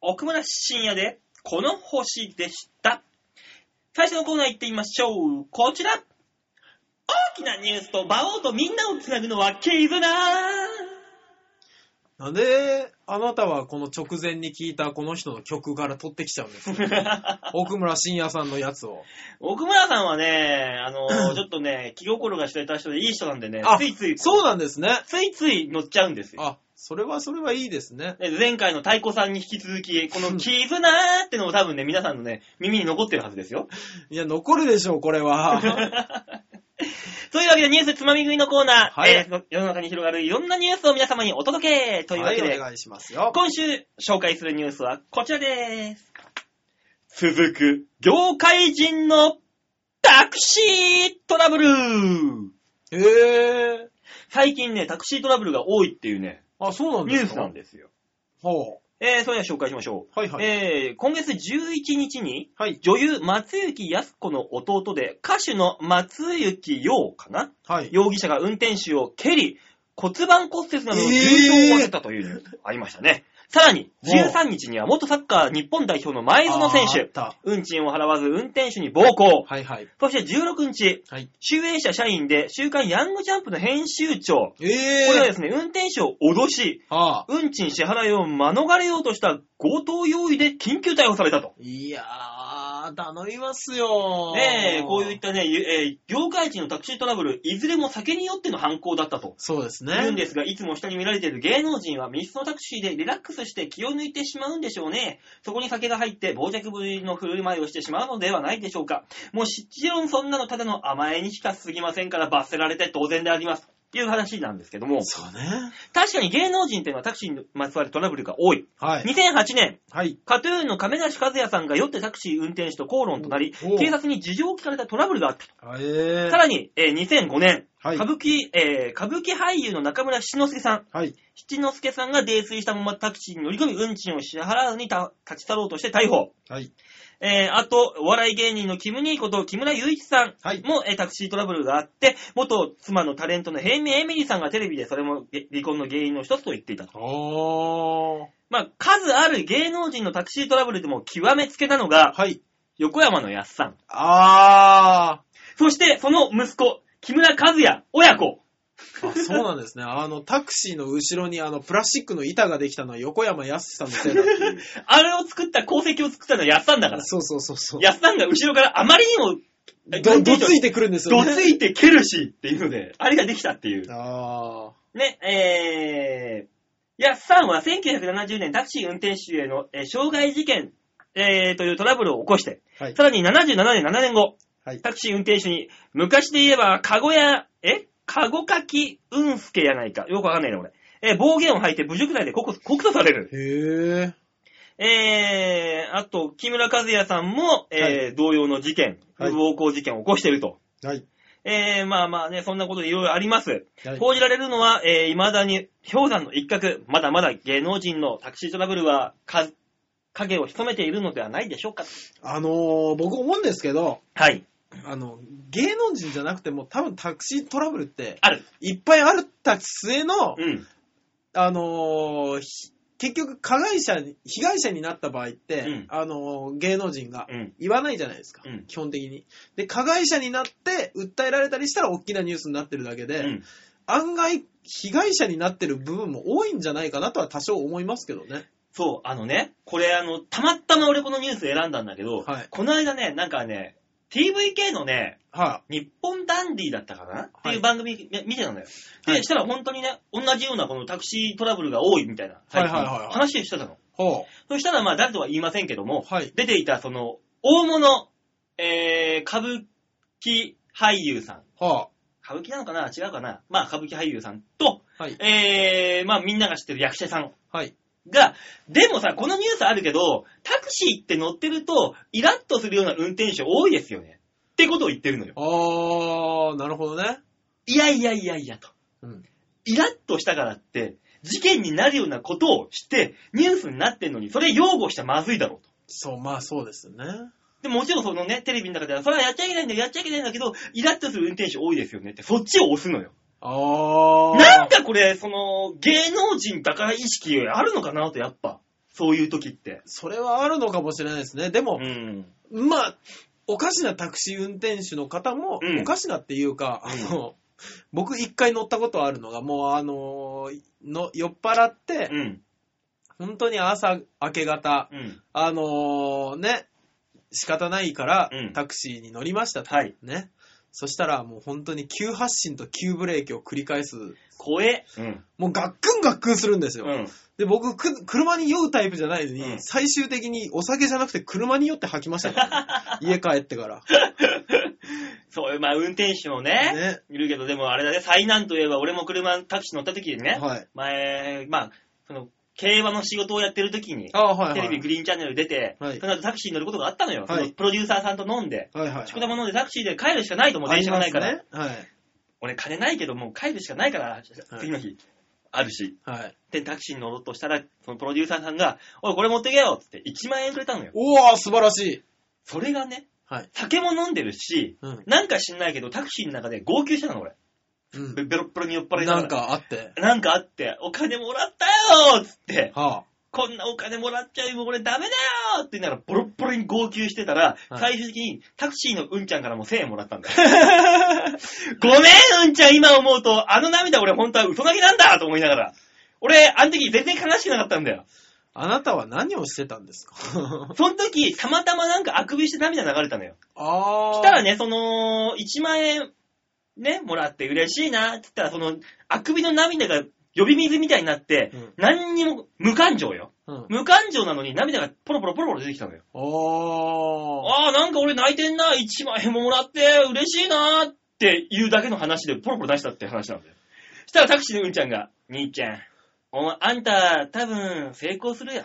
奥村深夜で、この星でした。最初のコーナー行ってみましょう。こちら大きなニュースと馬王とみんなをつなぐのは絆なんで、あなたはこの直前に聞いたこの人の曲から取ってきちゃう んですか奥村深也さんのやつを。奥村さんはね、あ の、ちょっとね、気心が知れた人でいい人なんでね、あついつい、そうなんですね。ついつい乗っちゃうんですよ。あ、それはそれはいいですね。で前回の太鼓さんに引き続き、 この絆ーってのも多分ね、皆さんのね、耳に残ってるはずですよ。いや、残るでしょう、これ は。というわけでニュースつまみ食いのコーナー、はいえー世の中に広がるいろんなニュースを皆様にお届けというわはけい、で、お願いしますよ。今週紹介するニュースはこちらです。続く業界人のタクシートラブルへえ。最近ね、タクシートラブルが多いっていうね、あ、そうなんニでューすスかなんですよ。ほえー、それでは紹介しましょう。う。はいはい。えー、今月11日に、はい。女優松雪康子の弟で歌手の松雪陽かなはい。容疑者が運転手を蹴り、骨盤骨折などの重傷を負わせたというニュースありましたね。さらに、おう13日には元サッカー日本代表の前園選ああっ手、た運賃を払わず運転手に暴行。はいはい。そして16日、はい。集英社社員で週刊ヤングジャンプの編集長、ええ。これはですね、運転手を脅し、はあ。運賃支払いを免れようとした強盗容疑で緊急逮捕されたと。いやー、頼みますよー。ねえ、こういったね、ゆえー業界人のタクシートラブル、いずれも酒によっての犯行だったと。そうですね。言うんですが、いつも人に見られている芸能人は密室のタクシーでリラックスして気を抜いてしまうんでしょうね。そこに酒が入って傍若無人の振る舞いをしてしまうのではないでしょうか。もちろんそんなのただの甘えにしか過ぎませんから罰せられて当然であります。という話なんですけども、そうね。確かに芸能人というのはタクシーにまつわるトラブルが多い。はい。 2008年、はい。カトゥーンの亀梨和也さんが酔ってタクシー運転手と口論となり、おう警察に事情を聞かれたトラブルがあった。ええさらに、えー2005年、はい歌。舞伎、えー、歌舞伎俳優の中村七之助さん。はい。七之助さんが泥酔したままタクシーに乗り込み、運賃を支払うにた立ち去ろうとして逮捕。はい。えー、あと、お笑い芸人のキムニーこと木村祐一さんはい。も、えータクシートラブルがあって、元妻のタレントのヘイミーエミリーさんがテレビでそれもえ離婚の原因の一つと言っていたと。おー。まあ、数ある芸能人のタクシートラブルでも極めつけなのが、はい。横山のやっさん。あそして、その息子、木村和也親子。ー。あ、そうなん ですね。あの、タクシーの後ろにあの、プラスチックの板ができたのは横山やすしさんのせいだっていう。あれを作った、功績を作ったのはやっさんだから。 そうそうそうそう。やっさんが後ろからあまりにも、ど、どついてくるんですよどね。ついて蹴るしっていうので、あれができたっていう。あね、えー、やっさんは1970年タクシー運転手への、えー傷害事件、えー、というトラブルを起こして、はいさらに77年、7年後、はいタクシー運転手に、昔で言えば、カゴや、えカゴかき運助やないか。よくわかんないね、俺。えー暴言を吐いて侮辱罪で告訴告訴される。ー。へー。えー、あと、木村和也さんも、えーは同様の事件、はい暴行事件を起こしてると。はい。えー、まあまあね、そんなこといろいろあります。はい報じられるのは、えー、未だに氷山の一角、まだまだ芸能人のタクシートラブルは、か、影を潜めているのではないでしょうか。あのー、僕思うんですけど、はい。あの、芸能人じゃなくても多分タクシートラブルって、ある。いっぱいあるった末の、うん。あのーひ結局加害者に、被害者になった場合って、うんあのー芸能人がうん。言わないじゃないですか、うん基本的に。で、加害者になって訴えられたりしたら大きなニュースになってるだけで、うん。案外被害者になってる部分も多いんじゃないかなとは多少思いますけどね。そう、あのね、これあの、たまたま俺このニュース選んだんだけど、はいこの間ね、なんかね、TVK のね、は日本ダンディだったかなってはいいう番組み見てたんだよ。はで、いしたら本当にね、同じようなこのタクシートラブルが多いみたいな、最近はいはいはいはい話をしてたの。い。ほそしたらまあ誰とは言いませんけどもう。、はい。出ていたその大物、えー、歌舞伎俳優さん。は歌舞伎なのかな違うかなまあ歌舞伎俳優さんと、あ。はい。えー、まあみんなが知ってる役者さんはい。が、でもさ、このニュースあるけど、タクシーって乗ってると、イラッとするような運転手多いですよね。ってことを言ってるのよ。あー、なるほどね。いやいやいやいやと。うん。イラッとしたからって、事件になるようなことをして、ニュースになってんのに、それ擁護しちゃまずいだろうと。そう、まあそうですね。で、もちろんそのね、テレビの中では、それはやっちゃいけないんだよ、やっちゃいけないんだけど、イラッとする運転手多いですよねって、そっちを押すのよ。あー。なんかこれ、その、芸能人だから意識あるのかなと、やっぱ。そういう時って。それはあるのかもしれないですね。でも、ん。まあ、おかしなタクシー運転手の方も、うんおかしなっていうか、あの、僕一回乗ったことあるのが、もうあのの、酔っ払ってう、ん。本当に朝、明け方、うん。あのね、仕方ないからうん、タクシーに乗りましたと、はい。ね。そしたら、もう本当に急発進と急ブレーキを繰り返す。声。うん。もうガックンガックンするんですよ。うん。で、僕く、車に酔うタイプじゃないのに、うん最終的にお酒じゃなくて車に酔って吐きま したから、ね、家帰ってから。そういう、まあ、運転手もね、ね。いるけど、でもあれだね、災難といえば、俺も車、タクシー乗った時にね、はい。前、まあ、その、競馬の仕事をやってる時に、ああ、はい、はい。テレビグリーンチャンネル出て、はいその後タクシーに乗ることがあったのよ。はいそのプロデューサーさんと飲んで。はいはい。宿玉飲んでタクシーで帰るしかないと思う、電車がないから。ありますね俺金ないけど、もう帰るしかないから、次の日。あるし。はい。はい。で、タクシーに乗ろうとしたら、そのプロデューサーさんが、おい、これ持ってけよっつって1万円くれたのよ。おー、素晴らしい。それがね、はい。酒も飲んでるし、うん。なんか知んないけど、タクシーの中で号泣したの、俺。うベベロッベロに酔っ払ん。いながら。なん。かあって。なんかあって、お金もらったよっつって、はこんなお金もらっちゃうよ、俺ダメだよって言いながら、ボロッボロに号泣してたら、はい最終的にタクシーのうんちゃんからも1000円もらったんだよ。 ごめん、うんちゃん、今思うと、あの涙俺本当は嘘泣きなんだと思いながら。俺、あの時全然悲しくなかったんだよ。あ。あなたは何をしてたんですか その時、たまたまなんかあくびして涙流れたのよ。あー。したらね、その、1万円、ね、もらって嬉しいなって言ったら、その、あくびの涙が呼び水みたいになって、うん何にも、無感情よ。うん。無感情なのに涙がポロポロポロポロ出てきたのよ。おー。ああ、なんか俺泣いてんな、1万円ももらって、嬉しいなーっていうだけの話でポロポロ出したって話なんだよ。したらタクシーのうんちゃんが、兄ちゃん、お前、あんた、多分、成功するや。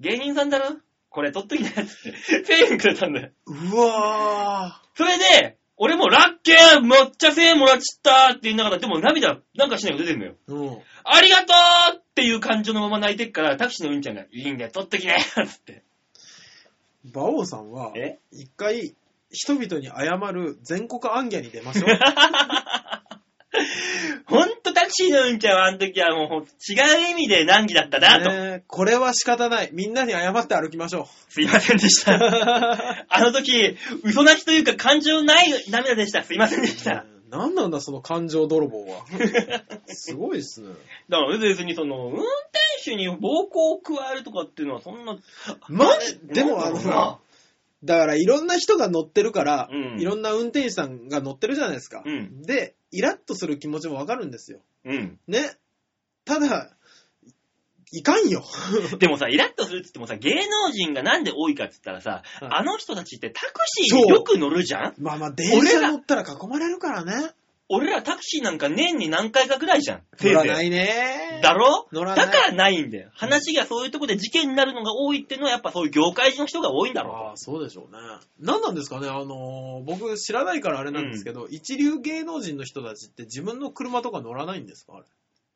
芸人さんだろこれ取っときなやつって、1000円くれたんだよ。うわそれで、俺もラッキーめっちゃせえもらっちったって言いながら、でも涙なんかしないと出てんのよ。うん。ありがとうっていう感情のまま泣いてっから、タクシーのうんちゃんが、いいんだよ、取ってきなよつって。 馬王さんは、え一回、人々に謝る全国暗夜に出ましょう。ほんとタクシーのうんちゃんはあの時はもうほんと違う意味で難儀だったなと。ねえこれは仕方ない。みんなに謝って歩きましょすいませんでしう。た。 あの時、嘘泣きというか感情ない涙でした。すいませんでした。何なんだ、その感情泥棒 は。すごいっすね。だから別にその、運転手に暴行を加えるとかっていうのはそんな、マジでもあのさ、だからいろんな人が乗ってるから、うんいろんな運転手さんが乗ってるじゃないですか。うんで、イラッとする気持ちもわかるんですよ。うん。ね。ただ、いいかんよ。 でもさ、イラッとするって言ってもさ、芸能人がなんで多いかって言ったらさ、はいあの人たちってタクシーによく乗るじゃんまあまあ、電車乗ったら囲まれるからね。俺らタクシーなんか年に何回かくらいじゃん。せい乗ぜらいないね。だろ乗らだないからないんだよ。話がそういうとこで事件になるのが多いってのはやっぱそういう業界の人が多いんだろああ、そうでしょうね。何なんですかね、あのー僕知らないからあれなんですけど、一流芸能人の人たちって自分の車とか乗らないんですかあれ。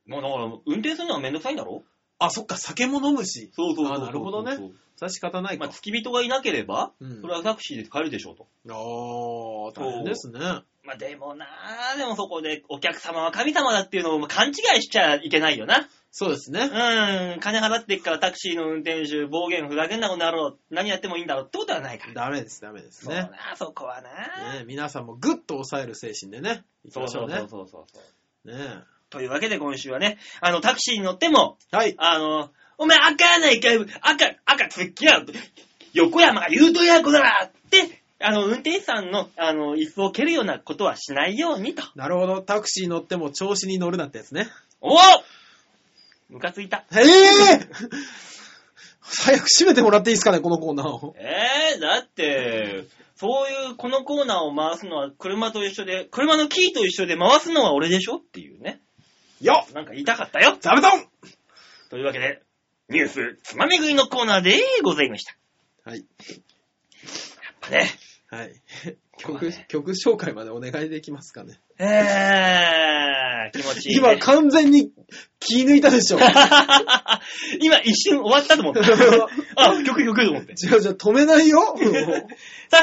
う。もうだから運転するのはめんどくさいんだろあ、そっか、酒も飲むし。そうそうそうそうあなるほどね。それは仕方ないまか。あ、付き人がいなければ、うんそれはタクシーで帰るでしょうと。ああ、大変ですね。まあ、でもなぁ、でもそこでお客様は神様だっていうのをまあ勘違いしちゃいけないよな。そうですうね。ーん、金払ってっからタクシーの運転手、暴言ふざけんなことなろう、何やってもいいんだろうってことはないから。ダメです、ダメですそうねな。、そこはなね皆さんもグッと抑える精神でね、いきそうましそうょうねそう。そうそう。ねというわけで今週はね、あの、タクシーに乗っても、はい。あの、お前赤やないかい、赤、赤つっきや、横山が言うとやこだらって、あの、運転手さんの、あの、椅子を蹴るようなことはしないようにと。なるほど、タクシー乗っても調子に乗るなってやつね。おおムカついた。ええ 早く閉めてもらっていいですかね、このコーナーを。えー、だって、そういう、このコーナーを回すのは車と一緒で、車のキーと一緒で回すのは俺でしょっていうね。よっなんか言いたかったよ座布団というわけで、ニュース、つまみ食いのコーナーでございました。はい。やっぱね、はい。今 曲、日はね曲紹介までお願いできますかね。えー、気持ちいい、ね。今完全に気抜いたで しょ。 今一瞬終わったと 思った。あ、曲曲と思って。じゃあじゃあ止めない よ。もうさあ、というわ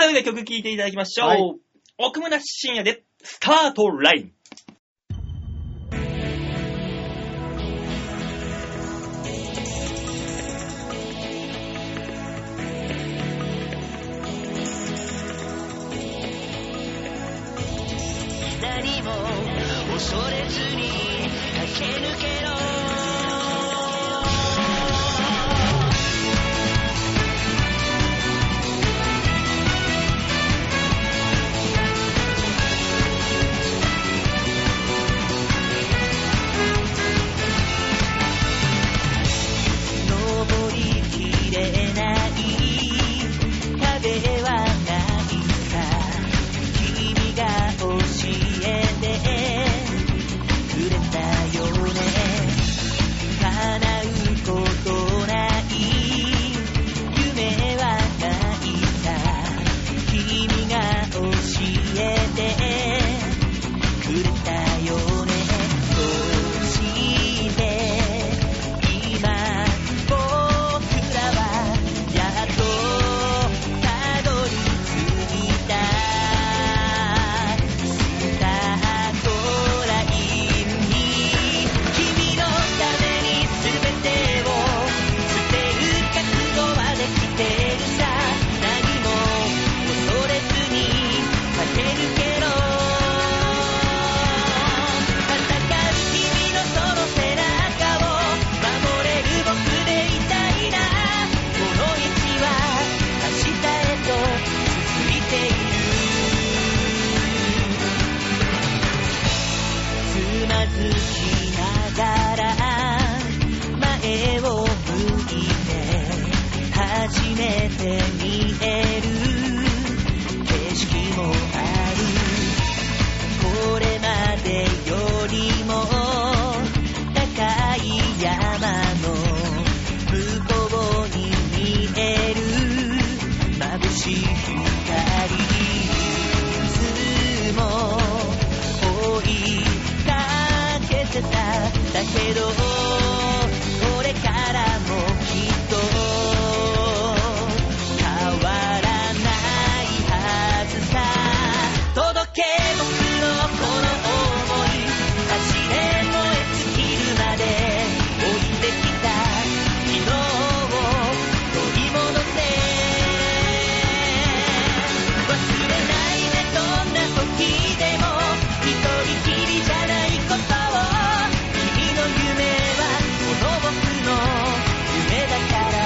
けで曲聴いていただきましょう。はい奥村深夜で、スタートライン。何も恐れずに駆け抜けろ登りきれない壁はないか君が教えてくれたよねだけどこれからもきっと変わらないはずさ届け僕のこの想い走れ燃え尽きるまで追ってきた昨日を取り戻せ忘れないでどんな時でも一人きりじゃないことを君の夢はこの僕の夢だから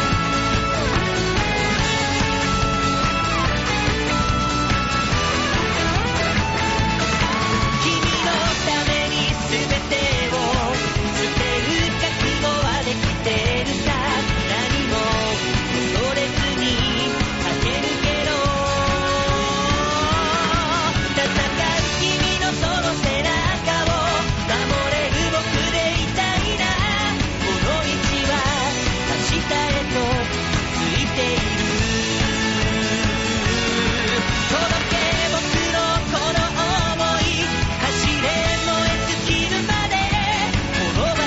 君のために全てを捨てる覚悟はできたるさ何も恐れずに駆け抜けろ戦う君のその背中を守れる僕でいたいなこの道は明日へとついている届け僕のこの想い走れ燃え尽きるまで追いてきた昨日を取り戻せ忘れないでどんな時でも一人きりじゃないことを君の夢はこの僕の夢だからこの場所が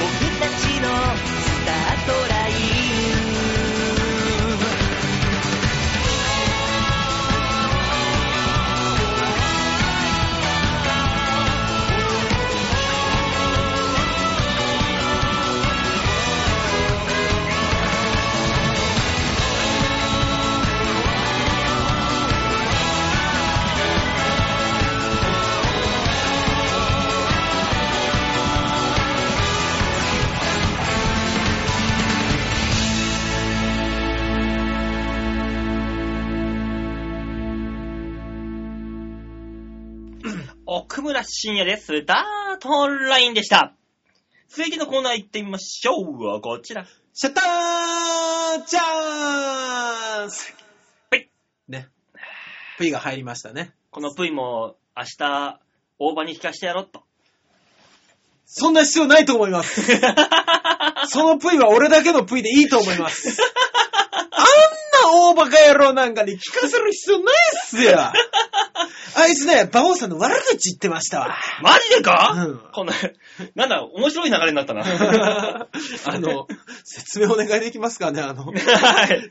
僕たちのスタートライン奥村深也です。スタートラインでした。続いてのコーナー行ってみましょう。こちら。シャッターチャンスぷいね。ぷいが入りましたね。この V も明日、大場に聞かしてやろう と。そんな必要ないと思い ます。そのぷいは俺だけのぷいでいいと思います。 あんな大バカ野郎なんかに聞かせる必要ないっすよ。あいつね、馬王さんの悪口言ってましたわ。マジでか、うんこんな、なんだ、面白い流れにな ったな。はあの、説明お願いできますかねあの、い。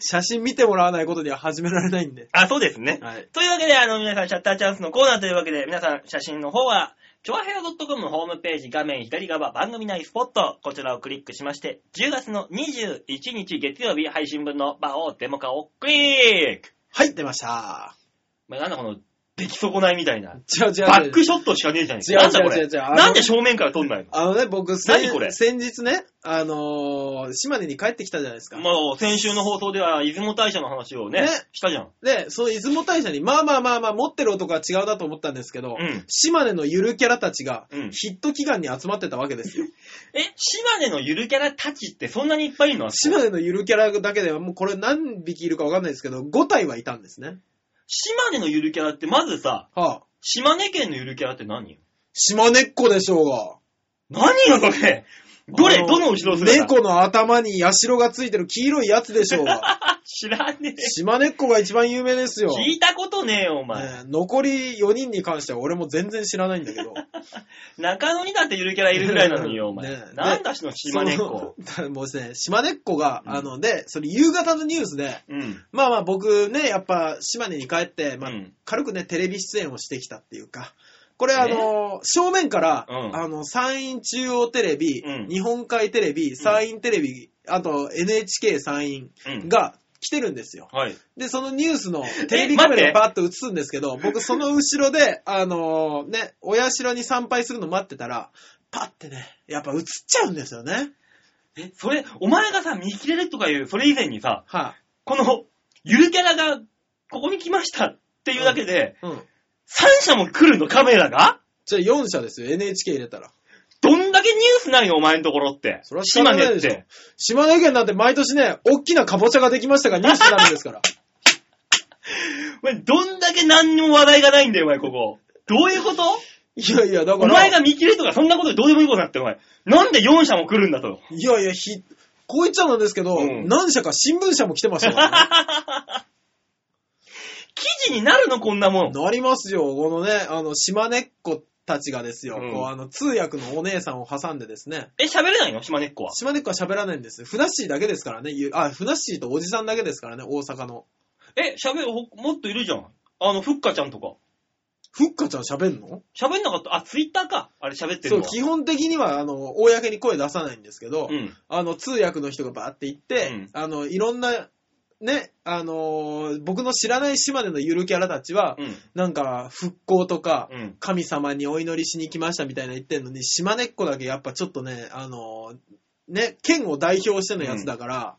写真見てもらわないことには始められないんで。あ、そうですね。はい。というわけで、あの、皆さん、シャッターチャンスのコーナーというわけで、皆さん、写真の方は、チョアヘア .com のホームページ画面左側番組内スポット、こちらをクリックしまして、10月の21日月曜日配信分の場をデモ化をクリックはい、出ました。まあ、なんだこの、出来損ないみたいな。違う違う違う。バックショットしかねえじゃねえ違うか。なんだこ違う違れ。う違うあのなんで正面から撮んないあのね、僕、何先これ先日ね、あのー島根に帰ってきたじゃないですか。のもう、先週の放送では、出雲大社の話をねね、したじゃん。で、その出雲大社に、まあまあまあまあ、持ってる男は違うなと思ったんですけど、うん島根のゆるキャラたちがうん、ヒット祈願に集まってたわけですよ。え、島根のゆるキャラたちってそんなにいっぱいいるの島根のゆるキャラだけでは、もうこれ何匹いるかわかんないですけど、5体はいたんですね。島根のゆるキャラって、まずさ、はあ、島根県のゆるキャラって何よ島根っこでしょうが。何よ、それ。どれ、あのどの後ろ姿猫の頭に社がついてる黄色いやつで しょうが。知らねえ。島根っこが一番有名ですよ。聞いたことねえよ、お前。ね残り4人に関しては俺も全然知らないんだけど。中野にだってゆるキャラいるぐらいなのによ、お前。ねえなんだしの 島根っ子。その。もう ですね、島根っ子が、あの、で、それ夕方のニュースで、うん。まあまあ僕ね、やっぱ島根に帰って、まあうん軽くね、テレビ出演をしてきたっていうか、これあの、正面から、うんあの、山陰中央テレビ、うん日本海テレビ、山陰テレビ、あと NHK 山陰うん。が来てるんですよ。はい。で、そのニュースのテレビカメラえ待ってがバーッと映すんですけど、僕その後ろで、あのね、お社に参拝するの待ってたら、パッてね、やっぱ映っちゃうんですよね。え、それ、お前がさ、見切れるとかいう、それ以前にさ、はこの、ゆるキャラが、ここに来ましたっていうだけで、い、うん。 3社も来るの、カメラがじゃあ4社ですよ、NHK 入れたら。どんだけニュースないの、お前のところって。それは仕島方根ないっでしょて。島根県なんて毎年ね、大きなカボチャができましたがニュースになるんです から。お前どんだけ何にも話題がないんだよ、お前、ここ。どういうこといやいや、だかおら。前が見切れとか、そんなことでどうでもいいことだって、お前。なんで4社も来るんだと。いやいや、ひ、こう言っちゃなんですけど、うん何社か新聞社も来てましたから 記事になるの、こんなもん。ね。なりますよ、このね、あの、島根っ子たちがですよ、うんこう、あの、通訳のお姉さんを挟んでですね、え、喋れないの島根っこは。島根っ子は喋らないんです。ふなっしーだけですからね、ゆあ、ふなっしーとおじさんだけですからね、大阪の。え、喋る、ほもっといるじゃん。あの、ふっかちゃんとか。ふっかちゃん喋んの喋んなかった。あ、ツイッターか。あれ喋ってるそう、のは。基本的には、あの、公に声出さないんですけど、うん。あの、通訳の人がバーって行って、うんあの、いろんな、ね、あのー僕の知らない島根のゆるキャラたちは、うん。なんか、復興とか、うん。神様にお祈りしに来ましたみたいな言ってんのに、島根っ子だけやっぱちょっとね、あのーね、県を代表してのやつだから、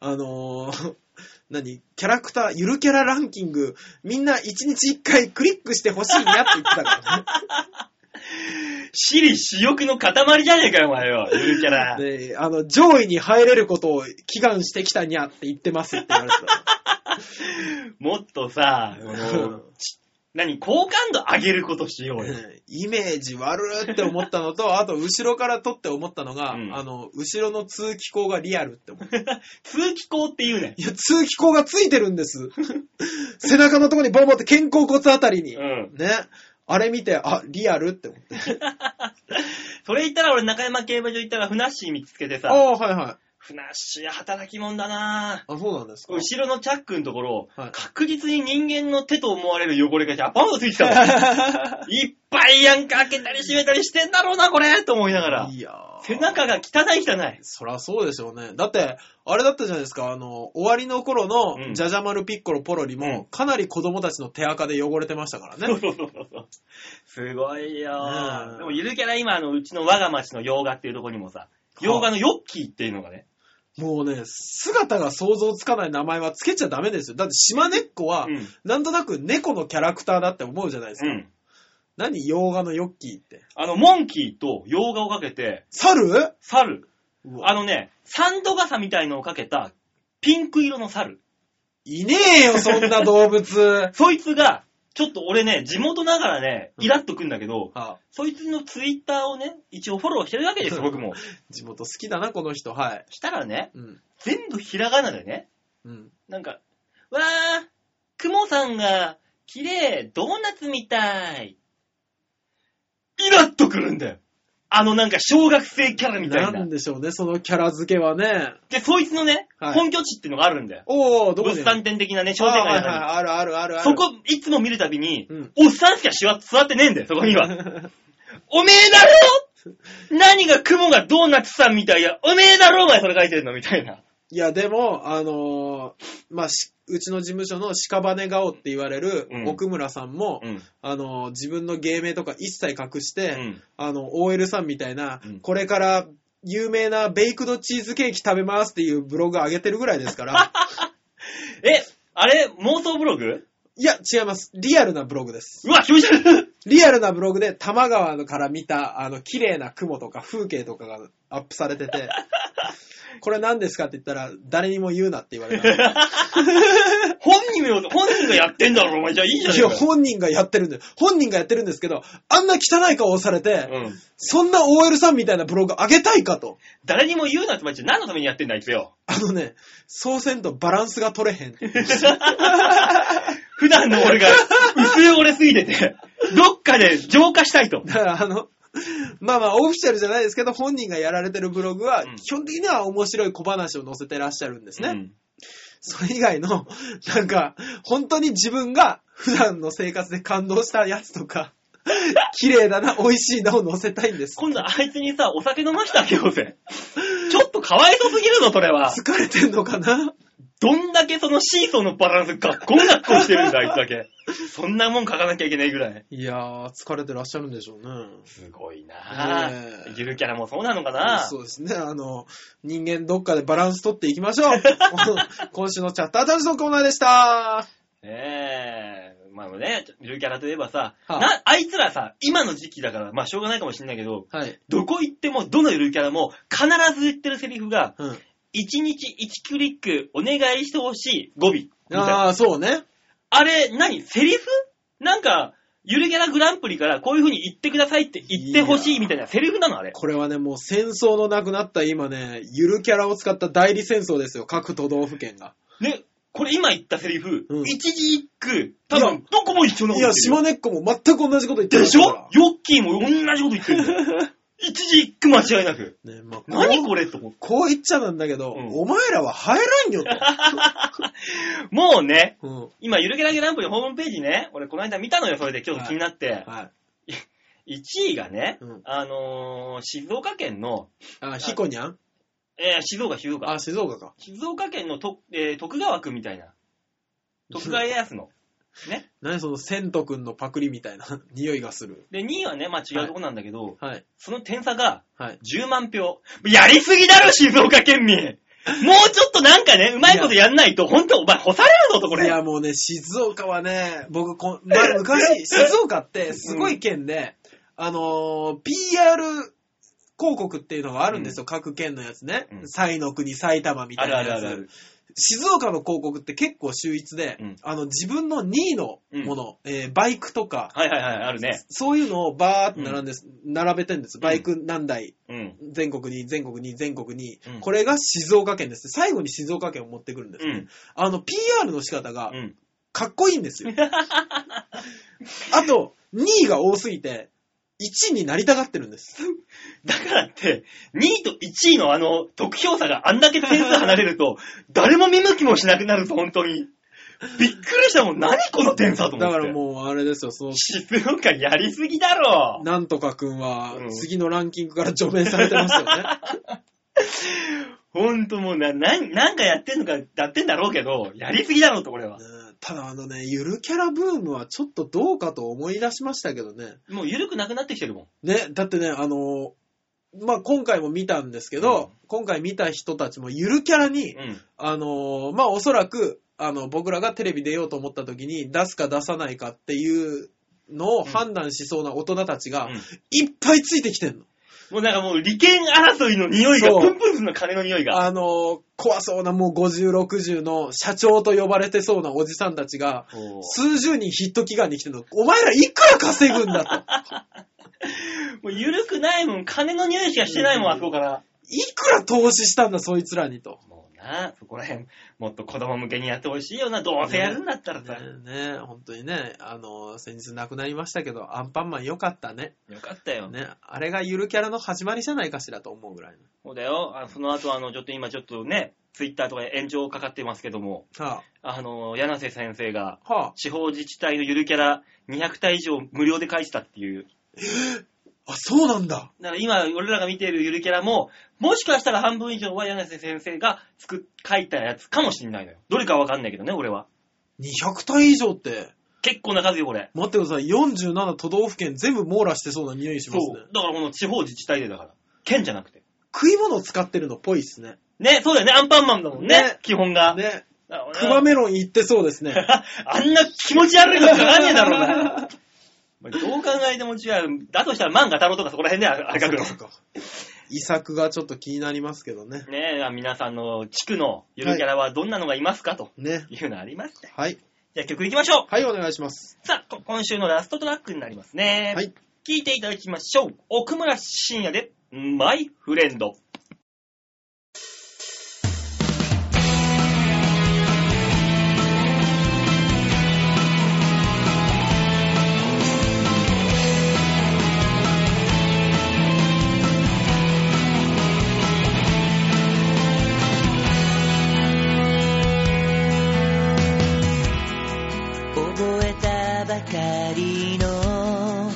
あのー何キャラクター、ゆるキャラランキング、みんな一日一回クリックしてほしいなって言ってたからね。私利私欲の塊じゃねえかよ、お前よ。ゆるキャラ。で、あの、上位に入れることを祈願してきたにゃって言ってますって言われてた。 もっとさ、あの何、好感度上げることしようよ。うんイメージ悪ーって思ったのと、あと後ろから撮って思ったのが、うんあの、後ろの通気口がリアルって思った。い通気口って言うね。や、通気口がついてる んです。背中のとこにボンボンって肩甲骨あたりに。うん。ね。あれ見て、あ、リアルって思って。それ言ったら俺中山競馬場行ったらふなっしー見つけてあさ、あ、はいはい。ふなっしー働き者だなぁ。あ、そうなんですか。後ろのチャックのところ、はい確実に人間の手と思われる汚れがジャパンとついてた わ。いっぱいやんか開けたり閉めたりしてんだろうな、これと思いながら。 いやー背中が汚い汚い。そらそうでしょうね。だって、あれだったじゃないですか、あの、終わりの頃うの、んじゃじゃ丸ピッコロポロリも、うんかなり子供たちの手垢で汚れてましたからね。そうそうそうそう。すごいよねえー。でもゆるキャラ今、あの、うちの我が町の洋画っていうところにもさ、洋画のヨッキーっていうのがね、もうね、姿が想像つかない名前はつけちゃダメですよ。だって島根っこはう、ん。なんとなく猫のキャラクターだって思うじゃないですうか。ん。何洋画のヨッキーって。あの、モンキーと洋画をかけて、猿猿。うわあのね、サンド傘みたいのをかけた、ピンク色の猿。。いねえよ、そんな動物そいつが、ちょっと俺ね、地元ながらね、イラっとくんだけど、 あそいつのツイッターをね、一応フォローしてるわけですよ、僕も。地元好きだな、この人。はい。したらね、うん。全部ひらがなでね、うん。なんか、わー、クモさんが、綺麗、ドーナツみたい。イラっとくるんだよ。あのなんか小学生キャラみたいな。なんでしょうね、そのキャラ付けはね。で、そいつのね、はい本拠地ってのがあるんだよ。おー、どこ物に産店的なね、商店あは街いはいのあるあるあるある。そこ、いつも見るたびに、うん。おっさんしかしわ座ってねえんだよ、そこに は。おめえだろ何が雲がドーナツさんみたいや、おめえだろお前それ書いてるのみたいな。いや、でも、あのーまあ、しうちの事務所の屍顔って言われるうん奥村さんも、うん。あの、自分の芸名とか一切隠して、うんあの、OL さんみたいな、うんこれから有名なベイクドチーズケーキ食べますっていうブログ上げてるぐらいで すから、え、あれ妄想ブログいや、違います。リアルなブログです。うわ、気持ち悪 いリアルなブログで、玉川のから見た、あの、綺麗な雲とか風景とかがアップされて て、これ何ですかって言ったら、誰にも言うなって言 われた。本人よ、本人がやってんだろ、お前じゃあいいじゃいねえや、かよ本人がやってるんで、本人がやってるんですけど、あんな汚い顔をされて、うん。そんな OL さんみたいなブログ上げたいかと。誰にも言うなって、お前じゃあ何のためにやってんだ、あいつ よ。あのね、そうせんとバランスが取れへん。普段の俺が薄汚れすぎてて、どっかで浄化したいと。だからあの、まあまあオフィシャルじゃないですけど、本人がやられてるブログはうん、基本的には面白い小話を載せてらっしゃるんですね。うんそれ以外の、なんか、本当に自分が普段の生活で感動したやつとか、綺麗だな、美味しいなを載せたいんです。今度あいつにさ、お酒飲ましてあげようぜ。ちょっとかわいそうすぎるぞ、それは。疲れてんのかなどんだけそのシーソーのバランスがっこんがっこしてるんだ、あいつだけ。そんなもん書かなきゃいけないぐらい。いやー、疲れてらっしゃるんでしょうね。すごいなねぁえ。ゆるキャラもそうなのかなそうですね。あの、人間どっかでバランス取っていきましょ う。今週のチャットアタルのコーナーでした。ねえ。まあね、ゆるキャラといえばさ、はいな、あいつらさ、今の時期だから、まあしょうがないかもしんないけど、はい。どこ行っても、どのゆるキャラも、必ず言ってるセリフが、うん。 1日1クリックお願いしてほしい語尾。みたいな。ああ、そうね。あれ、何セリフなんか、ゆるキャラグランプリからこういう風に言ってくださいって言ってほしいみたいなセリフなのあれ。これはね、もう戦争のなくなった今ね、ゆるキャラを使った代理戦争ですよ。各都道府県が。ね、これ今言ったセリフ、うん一字一句、多分どこも一緒ないこと言や、ってるよ島根っ子も全く同じこと言ってでるしょからヨッキーも同じこと言ってるんだ よ。一字一句間違いなく。ね、まあ、何こうこれと思って。こう言っちゃなんだけど、うんお前らは入らんよもうね、と。うん。今、ゆるキャラグランプリホームページね、俺この間見たのよ、それで今日気になって。はい。 1位がね、うんあのー静岡県の、あ、ひこにゃんえー静岡、静岡。あ、静岡か。静岡県のと、えー徳川くんみたいな。徳川家康の。ね。何その、千とくんのパクリみたいな 匂いがする。で、2位はね、まあ違うとこなんだけど、はい。その点差がはい。 10万票。やりすぎだろ、静岡県民もうちょっとなんかね、うまいことやんないと、ほんと、お前干されるぞと、こいれ。や、もうね、静岡はね、僕こ、まあ、昔、静岡ってすごい県で、あのー PR 広告っていうのがあるんですよ。各県のやつね。うん西の国、埼玉みたあいるなあやつ。るあるある。静岡の広告って結構秀逸で、うんあの、自分の2位のもの、えーバイクとか、はいはいはい、あるね。そういうのをバーって並んです、並べてんです。バイク何台、うん。全国に、全国に、全国に、うんこれが静岡県です。最後に静岡県を持ってくるんですうね。ん。あの、PR の仕方がう、ん。かっこいい んですよ。あと、2位が多すぎて、1位になりたがってるんです。だからって、2位と1位のあの、得票差があんだけ点数離れると、誰も見向きもしなくなるぞ、本当に。びっくりしたもん、何この点差と思だって。からもう、あれですよ、その、静岡やりすぎだろなんとかくんはうん、次のランキングから除名されてますよね。ほんともうな、な、なんかやってんのか、やってんだろうけど、やりすぎだろうと、これは。うんただあのね、ゆるキャラブームはちょっとどうかと思い出しましたけどね。もう緩くなくなってきてるもん。ね、だってね、あのーまあ、今回も見たんですけど、今回見た人たちもゆるキャラに、うん。あのーまあ、おそらく、あの、僕らがテレビ出ようと思った時に出すか出さないかっていうのを判断しそうな大人たちが、うんいっぱいついてきてんの。もうなんかもう利権争いの匂いが、そうプンプンするの金の匂いが。あのー怖そうなもう50、60の社長と呼ばれてそうなおじさんたちが、こ数十人ヒット祈願に来てんの。お前らいくら稼ぐんだと。うもう緩くないもん、金の匂いしかしてないもん、あそこから。いくら投資したんだ、そいつらにと。もうな、そこら辺、もっと子供向けにやってほしいよな、どうせやるんだったらさ。ねね本当にね、あの、先日亡くなりましたけど、アンパンマン良かったね。よかったよ。ね、あれがゆるキャラの始まりじゃないかしらと思うぐらいそうだよ。あその後、あの、ちょっと今ちょっとね、ツイッターとかで炎上かかってますけども、の。はあの、柳瀬先生が、あ、は地方自治体のゆるキャラ200体以上無料で返したっていう。あ、あ、そうなんだ。だから今、俺らが見ているゆるキャラも、もしかしたら半分以上は柳瀬先生が作っ、書いたやつかもしんないのよ。どれかわかんないけどね、俺は。 200体以上って。結構な数よ、これ。待ってください、47都道府県全部網羅してそうな匂いしそますねう。。だからこの地方自治体でだから。県じゃなくて。食い物使ってるのっぽいっすね。ね、そうだよね、アンパンマンだもんね、ね基本が。ね、だからねクマメロン行ってそうですね。 あんな気持ち悪いこと書かねえだろうな。お前どう考えても違う。だとしたら漫画太郎とかそこら辺であれ書くの。そうか。 遺作がちょっと気になりますけどね。ねえ、皆さんの地区のゆるキャラはどんなのがいますかとね。いうのありました。はい。じゃあ曲いきましょう。はい、お願いします。さあ、こ今週のラストトラックになりますね。はい。聞いていただきましょう。奥村深也で、マイフレンド。覚えたばかりの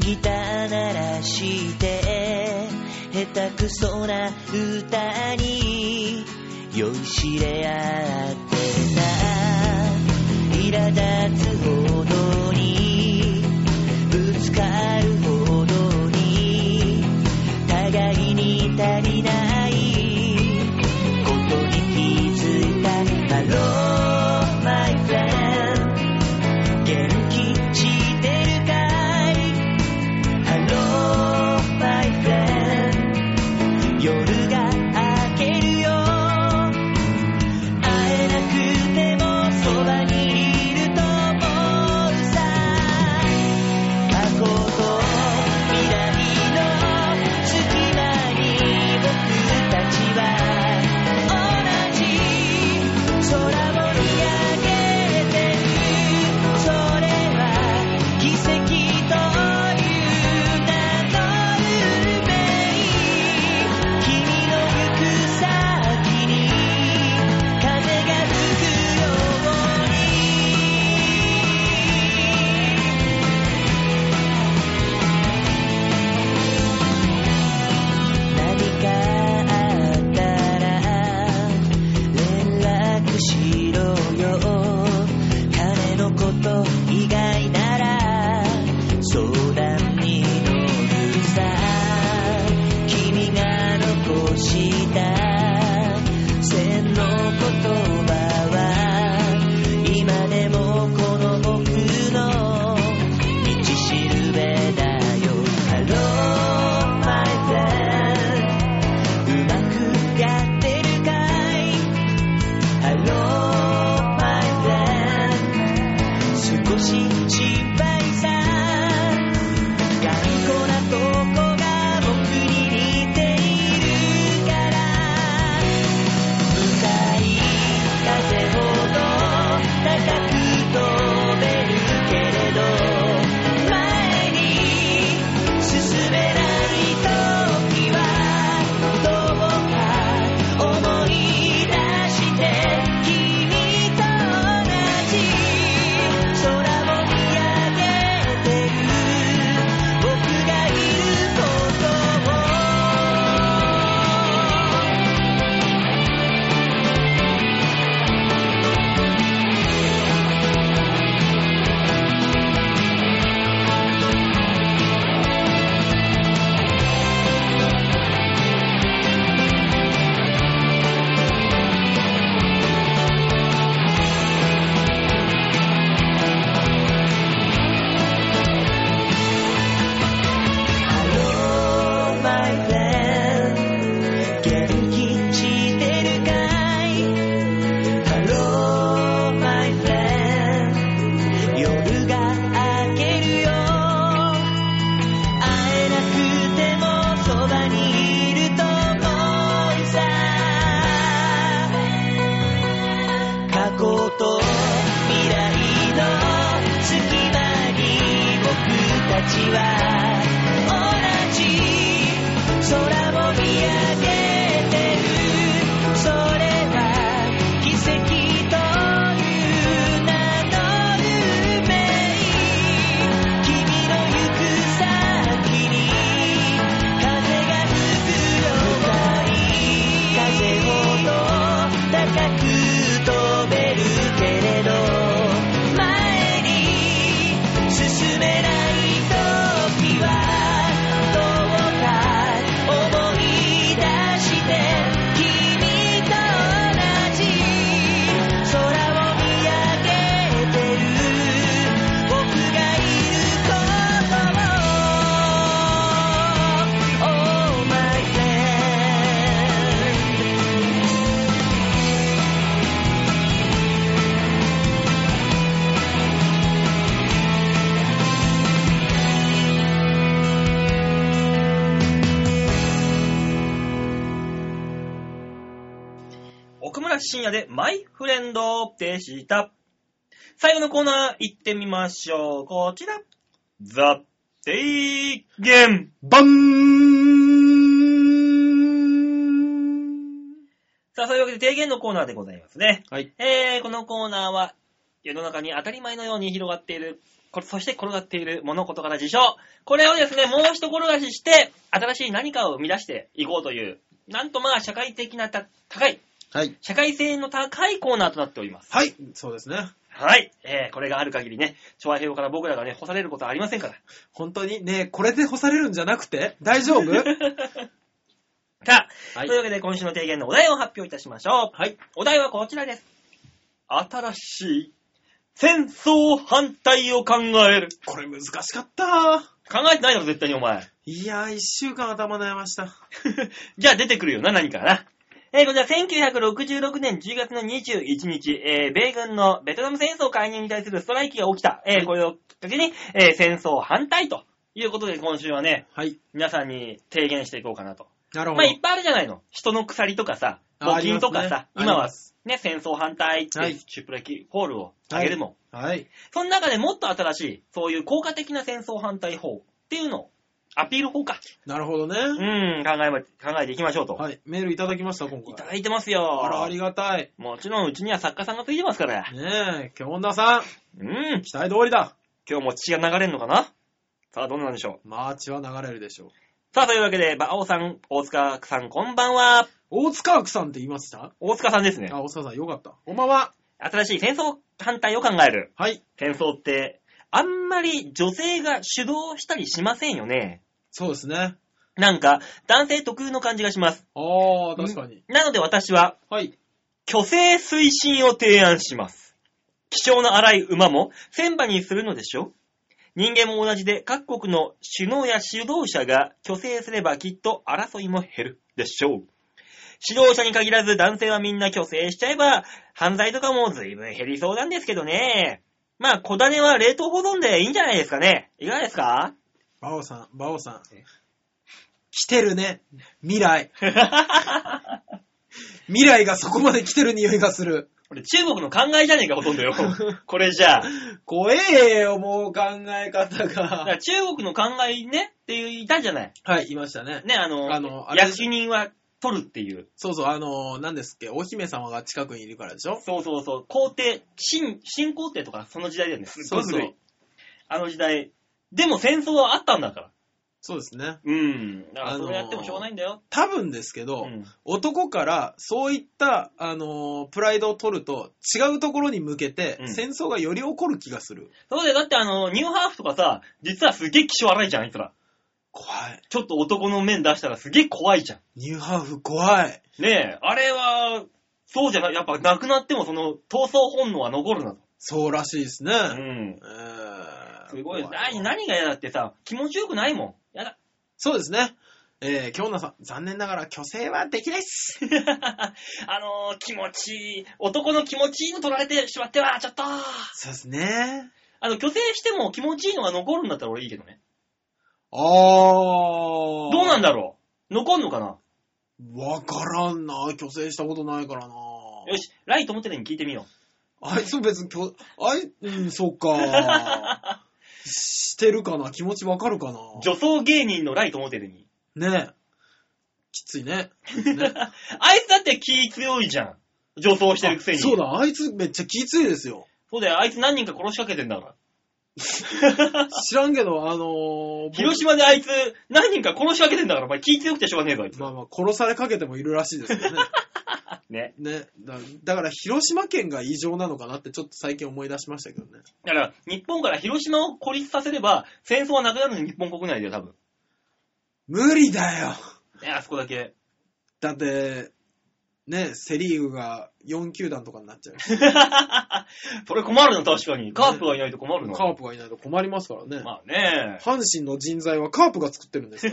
ギター鳴らして下手くそな歌に酔いしれ合空を見上げてるそれは奇跡という名の運命君の行く先に風が吹くように何かあったら連絡しろよ金のこと以外なら相談に乗るさ君が残した線の言葉は今でもこの僕の道しるべだよ Hello my friend うまくやってるかい Hello my friend 少し心配さ頑固なとこが僕に似ているから向かい風ほど高く飛べるけれど前に進めない時はどうか思い出して君と同じ空を見上げてる僕がいることを「マイフレン元気してるかい?」「ハローマイフレン夜が明けるよ」「会えなくてもそばにいると思いさ」過去と未来の隙間に僕たちは同じ空を見上げてるそれは奇跡という名の運命君の行く先に風が吹くよ風ほど高く飛べるけれど前に進めない時はどうか思い出して君と同じ空を見上げてる僕がいることを Oh my friend 奥村深夜でマイフレンドでした。最後のコーナー行ってみましょう。こちら。ザ・デイ・ゲン。バンさあ、そういうわけで、提言のコーナーでございますね。はい。えー、このコーナーは、世の中に当たり前のように広がっている、これそして転がっている物事から事象。これをですね、もう一転がしして、新しい何かを生み出していこうという、なんとまあ、社会的なた高い、はい。社会性の高いコーナーとなっております。はい。そうですね。はい。えー、これがある限りね、調和平和から僕らがね、干されることはありませんから。本当にね、これで干されるんじゃなくて大丈夫 さあ、はいというわけで今週の提言のお題を発表いたしましょう。はい。お題はこちらです。新しい戦争反対を考える。これ難しかった。考えてないだろ、絶対にお前。 いやー、一週間頭悩ました。じゃあ出てくるよな、何かな。えー、こちら1966年10月の21日、えー、米軍のベトナム戦争介入に対するストライキが起きた。えー、これをきっかけに、えー、戦争反対ということで今週はね、はい。皆さんに提言していこうかなと。なるほまあど。いっぱいあるじゃないの。人の鎖とかさ、あ募金とかさ、あ今りますねありはますね、戦争反対っはいて、シュプレキホールを上げるもん。はい。その中でもっと新しい、そういう効果的な戦争反対法っていうのを、アピール法か。なるほどね。うん、考えま、考えていきましょうと。はい。メールいただきました、今いた回。だいてますよ。あら、ありがたい。もちろんうちには作家さんがついてますから。ねえ、今日女さん、うん。期待通りだ。今日も血が流れるのかなさあ、どうなんでしょう。マーチは流れるでしょう。さあ、というわけで、バオさん、大塚さん、こんばんは。大塚区さんって言いました大塚さんですね。あ、大塚さん、よかった。こんばんは。新しい戦争反対を考える。はい。戦争って、あんまり女性が主導したりしませんよね。そうですね。なんか、男性特有の感じがします。ああ、確かに。なので私は、はい。虚勢推進を提案します。希少な荒い馬も戦馬にするのでしょ人間も同じで各国の首脳や指導者が虚勢すればきっと争いも減るでしょう。指導者に限らず男性はみんな虚勢しちゃえば犯罪とかも随分減りそうなんですけどね。まあ、小種は冷凍保存でいいんじゃないですかね。いかがですかバオさん、バオさん。来てるね。未来。未来がそこまで来てる匂いがする。これ中国の考えじゃねえか、ほとんどよ。これじゃあ。怖えよ、もう考え方だかが。ら中国の考えねっていういたじゃない。はい、いましたね。ね、あの、あのあれ役人は取るっていう。そうそう、あのー、何ですっけ、お姫様が近くにいるからでしょそうそうそう。皇帝、新、新皇帝とかその時代だよね。すっごい古いそうそうあの時代。でも戦争はあったんだから。そうですね。うん。だからあのーそれやってもしょうがないんだよ。多分ですけど、うん男からそういった、あのープライドを取ると違うところに向けて、うん戦争がより起こる気がする。そうだよ。だってあの、ニューハーフとかさ、実はすげえ気性荒いじゃん、あいつら。怖い。ちょっと男の面出したらすげえ怖いじゃニューハーフ怖い。ん。ねえ、あれは、そうじゃない。やっぱ亡くなってもその闘争本能は残るなと。そうらしいですね。うん。えーすごい。怖何何が嫌だってさ、気持ちよくないもん。やだ。そうですね。えー、京奈さん、残念ながら虚勢はできないっす。 あのー、気持ちいい。男の気持ちいいの取られてしまっては、ちょっと。あそうですね。の、虚勢しても気持ちいいのが残るんだったら俺いいけどね。あー。どうなんだだろう残んのかなわからんな。虚勢したことないからな。よし、ライトモテルに聞いてみよあいつ別にきょ、あい、うん、そっか。してるかな気持ちわかるかなう。女装芸人のライトモテルに。ねえ。きついね。あいつだって気強いじゃん。女装 してるくせに。そう。だ、あいつめっちゃきついですよ。そうだよ、あいつ何人か殺しかけてんだから。知らんけど、あのー僕広島であいつ何人か殺しかけてんだから、お前気強くてしょうがねえぞ、あいつ。まあまあ、殺されかけてもいるらしいですけどね。ね。ねだ。だから、広島県が異常なのかなってちょっと最近思い出しましたけどね。だから、日本から広島を孤立させれば、戦争はなくなるの日本国内だよ、多分。無理だよ。ね、あそこだけ。だって、ね、セリーグが4球団とかになっちゃ う。それ困るの、確かに。カープがいないと困るの。カープがいないと困りますからね。まあね。阪神の人材はカープが作ってる んですよ。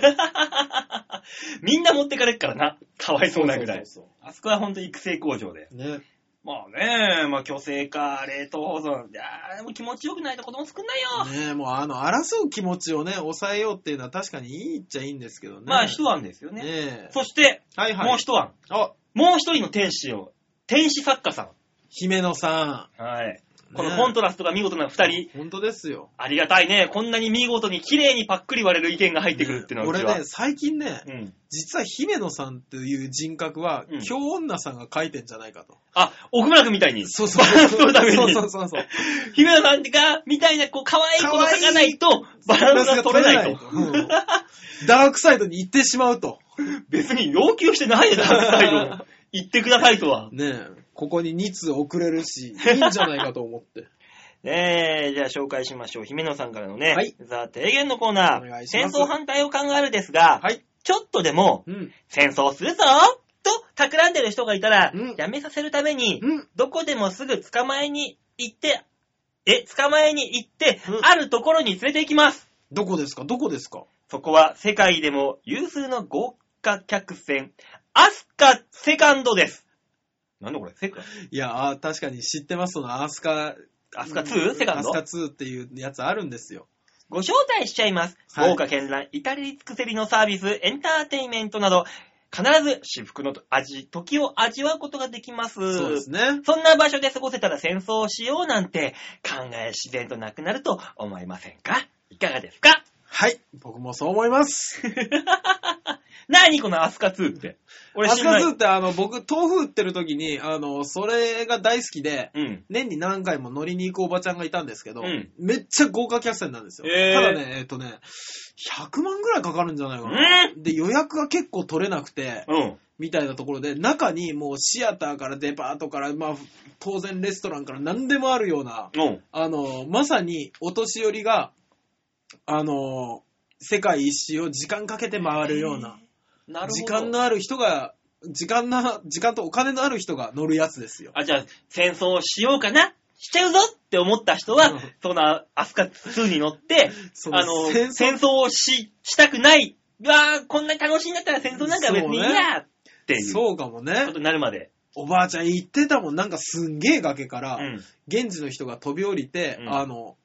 みんな持ってかれっからな。かわいそうなぐらい。そうそうあそこはほんと育成工場で。そうね。まあね、まあ虚勢か、冷凍保存。いやーでも気持ちよくないと子供作んないよ。ねえ、もうあの、争う気持ちをね、抑えようっていうのは確かにいいっちゃいいんですけどね。まあ一案ですよねね。え。そして、はいはい。もう一案。あ、もう一人の天使を、天使作家さ姫野さん。はい。ん。このねえコントラストが見事な二人。本当ですよ。ありがたいね。こんなに見事に綺麗にパックリ割れる意見が入ってくるっていうのは、う俺ちは。ね、最近ね、うん。実は姫野さんっていう人格はうん、京女さんが書いてんじゃないかと。あ、奥村君みたいに。そうそうそのためにそうそうそうそう。姫野さんが、みたいな、こう、可愛い子が書かないと、バランスが取れないと。うんダークサイドに行ってしまうと。別に要求してないで、ダー クサイドを。言ってくださいとは。ねえ、ここに2通送れるし、いいんじゃないかと思 って。ねえ、じゃあ紹介しましょう。姫野さんからのね、はいザ・提言のコーナお願ー、いしま戦す争反対を考えるですが、はい。ちょっとでも、うん。戦争するぞと企んでる人がいたら、うんやめさせるために、うん。どこでもすぐ捕まえに行って、え、捕まえに行って、うんあるところに連れて行きます。どこですかどこですかそこは世界でも有数の豪華客船、アスカセカンドです。なんだこれセカいや、あ確かに知ってます、そのアスカ、アスカ 2? セカンドアスカ2っていうやつあるんですよ。ご招待しちゃいます。はい豪華絢爛、至れり尽くせりのサービス、エンターテインメントなど、必ず至福の味、時を味わうことができます。そうですね。そんな場所で過ごせたら戦争をしようなんて考え自然となくなると思いませんかいかがですかはい。僕もそう思います。何このアスカ2って。俺ア知スらない。カツってあの、僕、豆腐売ってる時に、あの、それが大好きで、うん。年に何回も乗りに行くおばちゃんがいたんですけど、うんめっちゃ豪華客船なんですよ。えーただね、えっ、とね、100万ぐらいかかるんじゃないかな。で、予約が結構取れなくて、うん。みたいなところで、中にもうシアターからデパートから、まあ、当然レストランから何でもあるような、うん。あの、まさにお年寄りが、あの、世界一周を時間かけて回るような、な時間のある人が、時間な、時間とお金のある人が乗るやつですよ。あ、じゃあ、戦争をしようかなしちゃうぞって思った人は、うんそのアスカ2に乗って、そうあの、戦戦争争をし、したくない。うわーこんなに楽しいんだったら戦争なんか別にいいそうねや、っていうこそうかもねと。になるまで。おばあちゃん言ってたもん、なんかすんげえ崖かうら、ん。現地の人が飛び降りて、うんあの、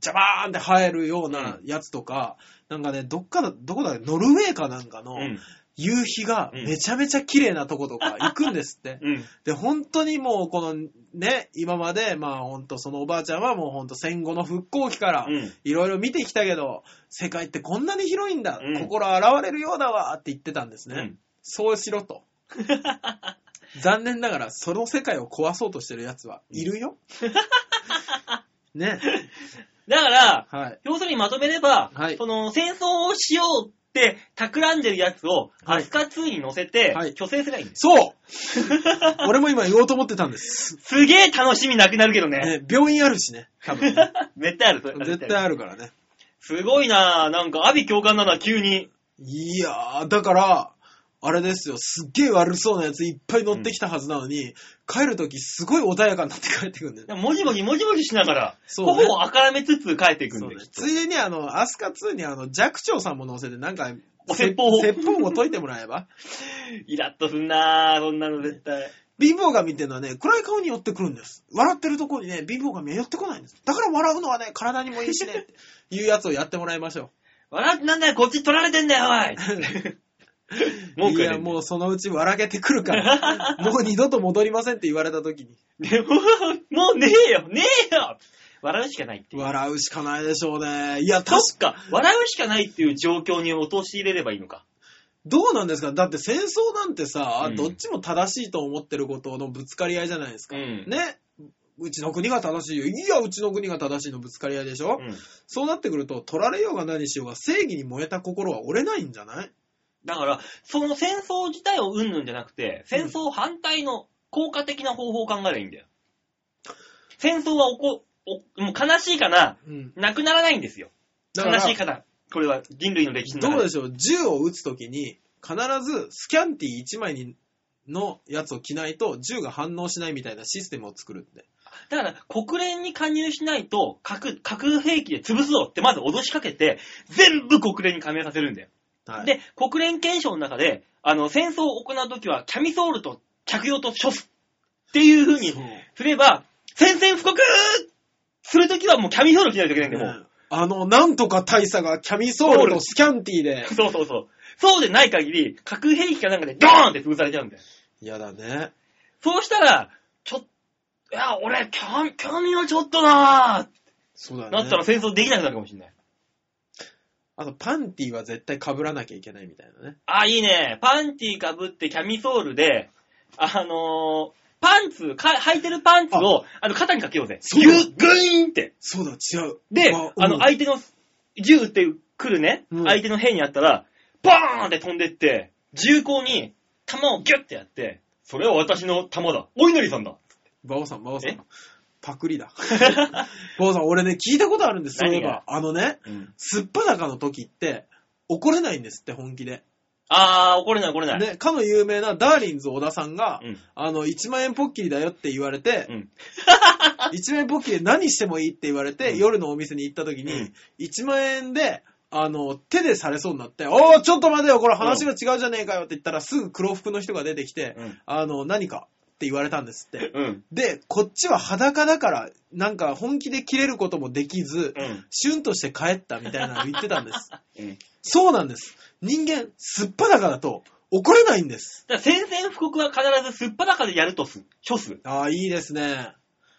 ジャバーンって生えるようなうやつとか、なんかね、どっかだ、どこだっけノルウェーかなんかのうん。夕日がめちゃめちゃ綺麗なとことか行くんですって。うん。で、本当にもうこのね、今まで、まあ本当そのおばあちゃんはもう本当戦後の復興期から、うん。いろいろ見てきたけど、世界ってこんなに広いんだ、うん心現れるようだわって言ってたんですね。うんそうしろと。残念ながら、その世界を壊そうとしてる奴はい るよ。ね。だから、はい。要するにまとめれば、はいその戦争をしようって企んでるやつを、はいアスカ2に乗せて、はい虚勢すればいいんです。そう 俺も今言おうと思ってたんです。すげえ楽しみなくなるけどね。ね、病院あるしね、多分ね、 絶対ある、それ絶対。あるからね。すごいなぁ。なんか、阿ビ教官なのは急に。いやー、だから、あれですよ、すっげえ悪そうなやついっぱい乗ってきたはずなのに、帰るときすごい穏やかになって帰ってくるんだよでねももじもじもじもじしながら、そうね頬をあからめつつ帰っていくんそうで、ねきっとついでにあの、アスカ2にあの、寂聴さんも乗せて、なんか、お説法を説法を解いてもらえば。イラッとすんなぁ、そんなの絶対。貧乏神っていうのはね、暗い顔に寄ってくるんです。笑ってるところにね、貧乏神は寄ってこないんです。だから笑うのはね、体にもいいしね、っていうやつをやってもらいましょ笑ってなんだよ、こっち取られてんだよ、お う。い文句いやや、ねんねもうそのうち笑けてく るから、もう二度と戻りませんって言われた時に、でも、 もうねえよ、ねえよ笑うしかないっていう。笑うしかないでしょうね。いや、そ確っか、笑うしかないっていう状況に陥れればいいのか。どうなんですかだって戦争なんてさ、うんどっちも正しいと思ってることのぶつかり合いじゃないですか。うんねうちの国が正しいよ。いや、うちの国が正しいのぶつかり合いでしょ、うん。そうなってくると、取られようが何しようが正義に燃えた心は折れないんじゃないだから、その戦争自体をうんぬんじゃなくて、戦争反対の効果的な方法を考えればいいんだよ。戦争は起こ、おもう悲しいかな、うん。なくならないんですよ。だか悲らしいかな。これは人類の歴史の中どで。うでしょう銃を撃つときに、必ずスキャンティ1枚にのやつを着ないと銃が反応しないみたいなシステムを作るって。だから、国連に加入しないと、核、核兵器で潰すぞってまず脅しかけて、全部国連に加盟させるんだよ。はい、で、国連憲章の中で、あの、戦争を行うときは、キャミソールと着用と処すっていう風にそうすれば、宣戦布告するときはもうキャミソール着ないといけないんだよ、もう。ねあの、なんとか大佐がキャミソールとスキャンティで。そう そうそう。そうでない限り、核兵器かなんかでドーンって潰されちゃうんだよ。嫌だね。そうしたら、ちょ、いや、俺、キャミ、キャミはちょっとなーってそうだね。なったら戦争できなくなるかもしれない。あと、パンティは絶対被らなきゃいけないみたいなね。あ、いいね。パンティかぶってキャミソールで、あのー、パンツ、か履いてるパンツを、あの、肩にかけようぜ。そうギュッ、グイーンって。そうだ、違う。で、まあうの、ん相手の、銃撃ってくるね、うん相手の兵にあったら、バーンって飛んでって、銃口に弾をギュッてやって、それは私の弾だ。お稲荷さんだ。バオさん、バオさえん。パ クリだ。バオさん、俺ね、聞いたことあるんです、そういえば。あのね、うん、すっぱだかの時って、怒れないんですって、本気で。あー、怒れない怒れない。ね、かの有名なダーリンズ小田さんが、うんあの、1万円ポッキリだよって言われて、うん1万円ポッキリで何してもいいって言われて、うん夜のお店に行った時うにん、 1万円で、あの、手でされそうになって、おー、ちょっと待てよ、これ話が違うじゃねえかよって言ったら、すぐ黒服の人が出てきて、うんあの、何かって言われたんですって。うん。で、こっちは裸だから、なんか本気で切れることもできず、うんシュンとして帰ったみたいなの言ってたんです。うんそうなんです。人間、すっぱだからと、怒れないんです。だから宣戦布告は必ずすっぱだかでやるとす。処す。ああ、いいですね。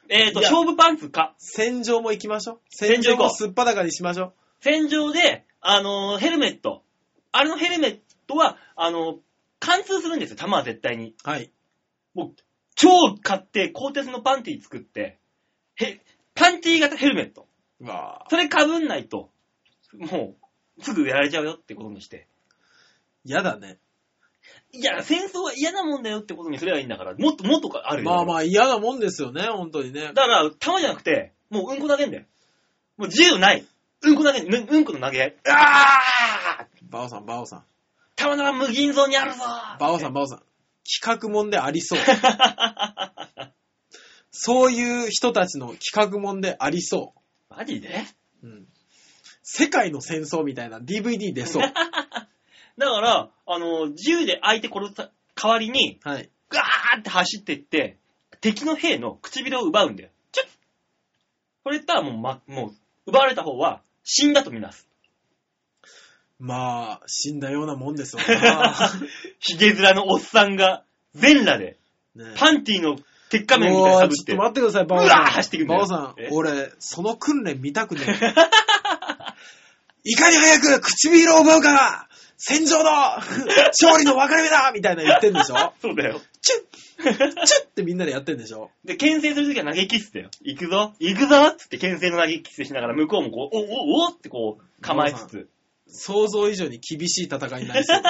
えっ、と、いや勝負パンツか。戦場も行きましょう。戦戦場場行こうもすっぱだかにしましょ戦場で、あのーヘルメット。あれのヘルメットは、あのー貫通するんですよ、弾は絶対に。う。はい。超買って、鋼鉄のパンティー作って、へ、パンティー型ヘルメット。うわあ。それ被んないと、もう、すぐやられちゃうよってことにして。嫌だね。いや、戦争は嫌なもんだよってことにすればいいんだから、もっともっとあるよ。まあまあ嫌なもんですよね、本当にだね。から、弾じゃなくて、もううんこ投げんだよ。もう自由ない。うんこ投げ、ぬうんこの投げ合い。あーバオさん、バオさん。玉なら無銀像にあるぞバオさん、バオさん。企画もんでありそう。 そういう人たちの企画もんでありそマジでう。うん。世界の戦争みたいな DVD 出そう。だから、あの、銃で相手殺さ、代わりに、はい。ガーって走ってって、敵の兵の唇を奪うんだよ。チュッこれ言ったらもう、ま、もう、奪われた方は死んだとみなす。まあ、死んだようなもんですよ な。ヒゲ面のおっさんが、全裸で、ねパンティーの鉄仮面みたいにも被うっちてょっと。待ってください、バオうわーさん。走ってくんだよバオさえん、俺、その訓練見たくねえ。いかに早く唇を奪うから、戦場 の勝利の分かれ目だみたいな言ってんでしょそうだよ。チュッチュッってみんなでやってんでしょで、牽制するときは投げキスだよ。行くぞ行くぞっつって牽制の投げキスしながら、向こうもこう、お、お、おってこう、構えつつ。想像以上に厳しい戦いにな りそう。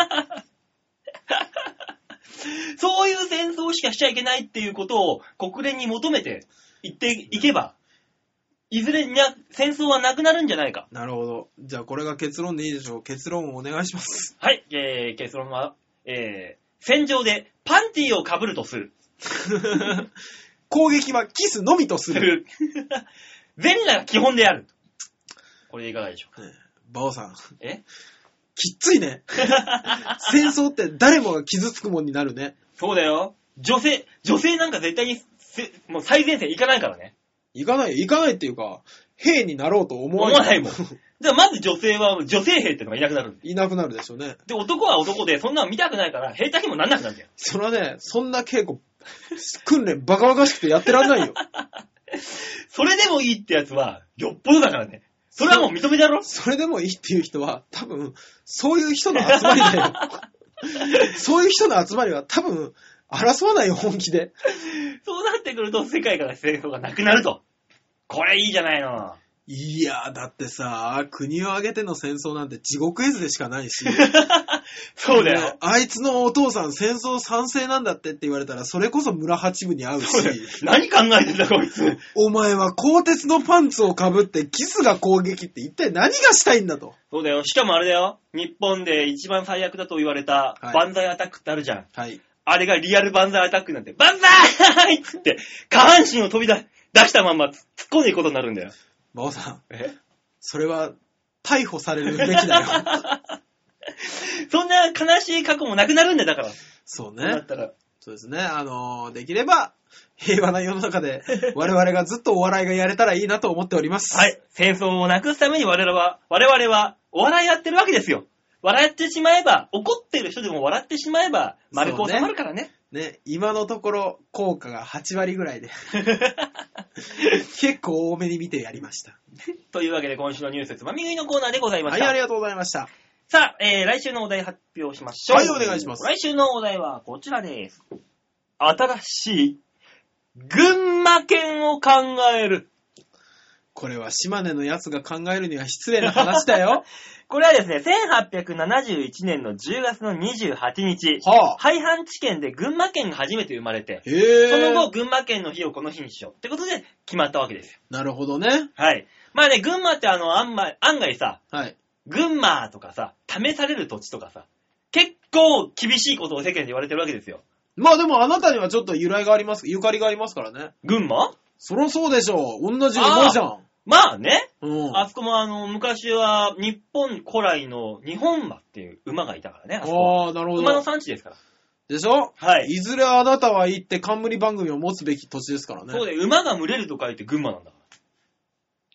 そういう戦争しかしちゃいけないっていうことを国連に求めて言っていけば、いずれにゃ戦争はなくなるんじゃないか。なるほど。じゃあこれが結論でいいでしょう。結論をお願いします。 はい、えー、結論は、えー、戦場でパンティーを被るとする。攻撃はキスのみと する。全裸が基本である。これでいかがでしょうか。バオさん、えきっつ いね。戦争って誰もが傷つくもんになるね。そうだよ。女性、女性なんか絶対にせ、もう最前線行かないからね。行かないよ、行かないっていうか、兵になろうと思わ思わないもん。いだからまず女性は、女性兵ってのがいなくなる。 いなくなるでしょうね。で、男は男で、そんなの見たくないから、兵隊にもなんなくなるんだよ。それはね、そんな稽古、訓練バカバカしくてやってらんな いよ。それでもいいってやつは、よっぽどだからね。それはもう認めだろそれでもいいっていう人は、多分、そういう人の集まりだ よ。そういう人の集まりは多分、争わないよ、本気で。そうなってくると、世界から戦争がなくなると。これいいじゃないの。いやー、だってさ、国を挙げての戦争なんて地獄絵図でしかないし。そうだよ。あいつのお父さん戦争賛成なんだってって言われたら、それこそ村八部に会うそうだよし。 何考えてんだこいつ。お前は鋼鉄のパンツをかぶってキスが攻撃って一体何がしたいんだと。そうだよ。しかもあれだよ。日本で一番最悪だと言われた、はいバンザイアタックってあるじゃん。はい。あれがリアルバンザイアタックになって、バンザーイっつって、下半身を飛び出出したまんま突っ込んでいくことになるんだよ。馬王さん、えそれは逮捕されるべきだよ。 そんな悲しい過去もなくなるんだよ、だから。そうそうなねっ。たら。そうですね。あのーできれば、平和な世の中で、我々がずっとお笑いがやれたらいいなと思っております。は。い。戦争をなくすために我々は、我々はお笑いやってるわけですよ。笑ってしまえば、怒ってる人でも笑ってしまえば、丸く収まるからね。ね、今のところ、効果が8割ぐらいで。 結構多めに見てやりました。 というわけで今週のニュースつまみ食いのコーナーでございまはしい、た。ありがとうございました。さあ、えー、来週のお題発表しましょう。はいお願いします来週のお題はこちらです。新しい群馬県を考える。これは島根のやつが考えるには失礼な話だ よ。これはですね、1871年の10月の28日、はあ。廃藩置県で群馬県が初めて生まれて、へえ。その後、群馬県の日をこの日にしようってことで決まったわけですよ。なるほどね。はい。まあね、群馬ってあの、あんま、案外さ、はい。群馬とかさ、試される土地とかさ、結構厳しいことを世間で言われてるわけですよ。まあでもあなたにはちょっと由来があります、ゆかりがありますからね。群馬そりゃそうでしょう。同じ思うじゃん。まあね、うん。あそこもあの、昔は日本古来の日本馬っていう馬がいたからね、あそこ。ああ、なるほ馬のど。産地ですから。でしょはいいずれあなたは行って冠番組を持つべき土地ですからね。そうで、馬が群れると書いて群馬なんだか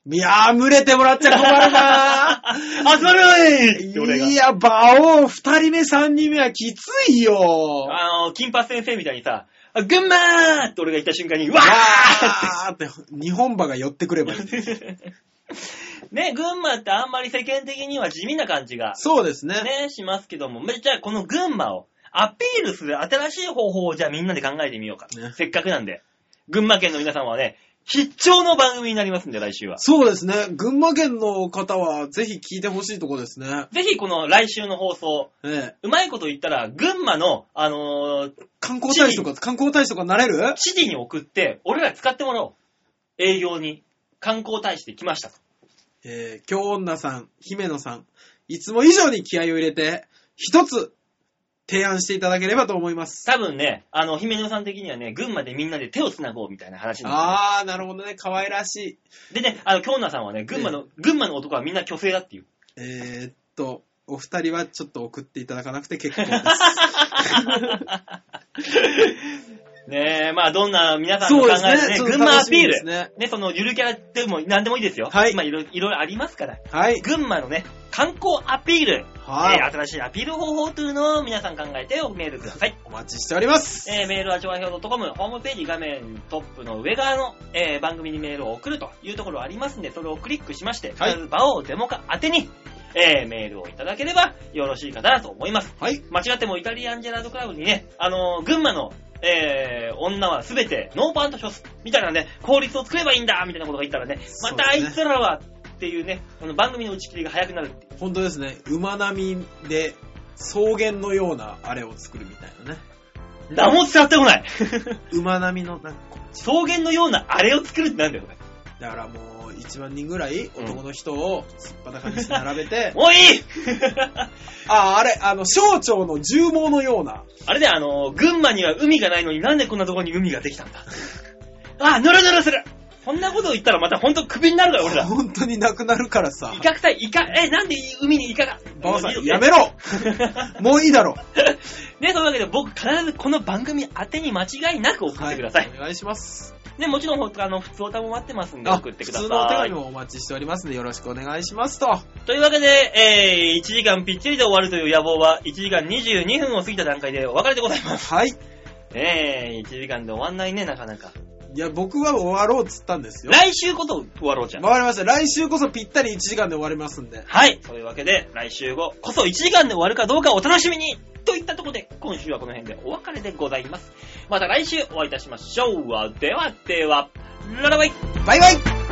いやー、群れてもらっちゃ困るなー。 集まれないって俺がい。や、馬王、二人目、三人目はきついよ。あの、金八先生みたいにさ、あ群馬ーって俺が言った瞬間に、うわわーって、日本馬が寄って くればいい。ーね、群馬ってあんまり世間的には地味な感じが、そうですね。ね、しますけども、めじゃあこの群馬をアピールする新しい方法をじゃあみんなで考えてみようか。ねせっかくなんで。群馬県の皆さんはね、必聴の番組になりますんで、来週は。そうですね。群馬県の方は、ぜひ聞いてほしいとこですね。ぜひこの来週の放送、ええうまいこと言ったら、群馬の、あのー観光大使とか、観光大使とかなれる知事に送って、俺ら使ってもらおう。営業に。観光大使で来ましたと。えー、京女さん、姫野さん、いつも以上に気合を入れて、一つ、提案していただければと思います。多分ね、あの、姫野さん的にはね、群馬でみんなで手を繋ごうみたいな話になっあー、なるほどね。可愛らしい。てでね、あの、京奈さんはね、群馬の、群馬の男はみんな虚勢だって いう。えー、っと、お二人はちょっと送っていただかなくて結構です。 ねえ、まあ、どんな皆さんの考えでね、そうですね群馬アピーそう楽しみですル。ねねその、ゆるキャラでも何でもいいですよ。はいまあ、いろいろいろいろありますから。はい。群馬のね、観光アピール。はいえー新しいアピール方法というのを皆さん考えておメールください。お待ちしております。えーメールは調和表 .com ホームページ画面トップの上側の、えー番組にメールを送るというところありますんで、それをクリックしまして、はい必ず場をデモ化宛てに、えーメールをいただければよろしいかなと思います。はい。間違ってもイタリアンジェラードクラブにね、あのー群馬の、えー女はすべてノーパンとショス、みたいなね、法律を作ればいいんだみたいなことが言ったらね、またあそういですねつらは、っていうね、この番組の打ち切りが早くなるっていう本当ですね。馬並みで草原のようなあれを作るみたいなね。何も伝わってこない馬並みの、なんかこ草原のようなあれを作るってなんだよ、これうだからもう1万人ぐらい男の人をすっぱだかにして並べ て、もういいあ、あれ、あの、省庁の重毛のような。あれだよ、あの、群馬には海がないのになんでこんなところに海ができたんだ あ、ぬるぬるするこんなこと言ったらまたほんとクビになるから、俺ら。本当になくなるからさイ。カ臭い、イカ、え、なんで海にイカが馬場さ、もうん二度やとめねろもういいだろ。 ね、というわけで僕必ずこの番組宛てに間違いなく送ってください。お願いします。ね、もちろん、ほんとあの、普通歌も待ってますんであ送ってくだ普通のお手さ紙い。もお待ちしておりますので、よろしくお願いしま すと。というわけで、えー、1時間ぴっちりで終わるという野望は、1時間22分を過ぎた段階でお別れでございます。はい。えー、1時間で終わんないね、なかなか。いや、僕は終わろうっつったんですよ。来週こそ終わろうじゃん。わかりました。来週こそぴったり1時間で終わりますんで。はい。というわけで、来週後こそ1時間で終わるかどうかお楽しみにといったところで、今週はこの辺でお別れでございます。また来週お会いいたしましょう。ではでは、ララバイバイバイ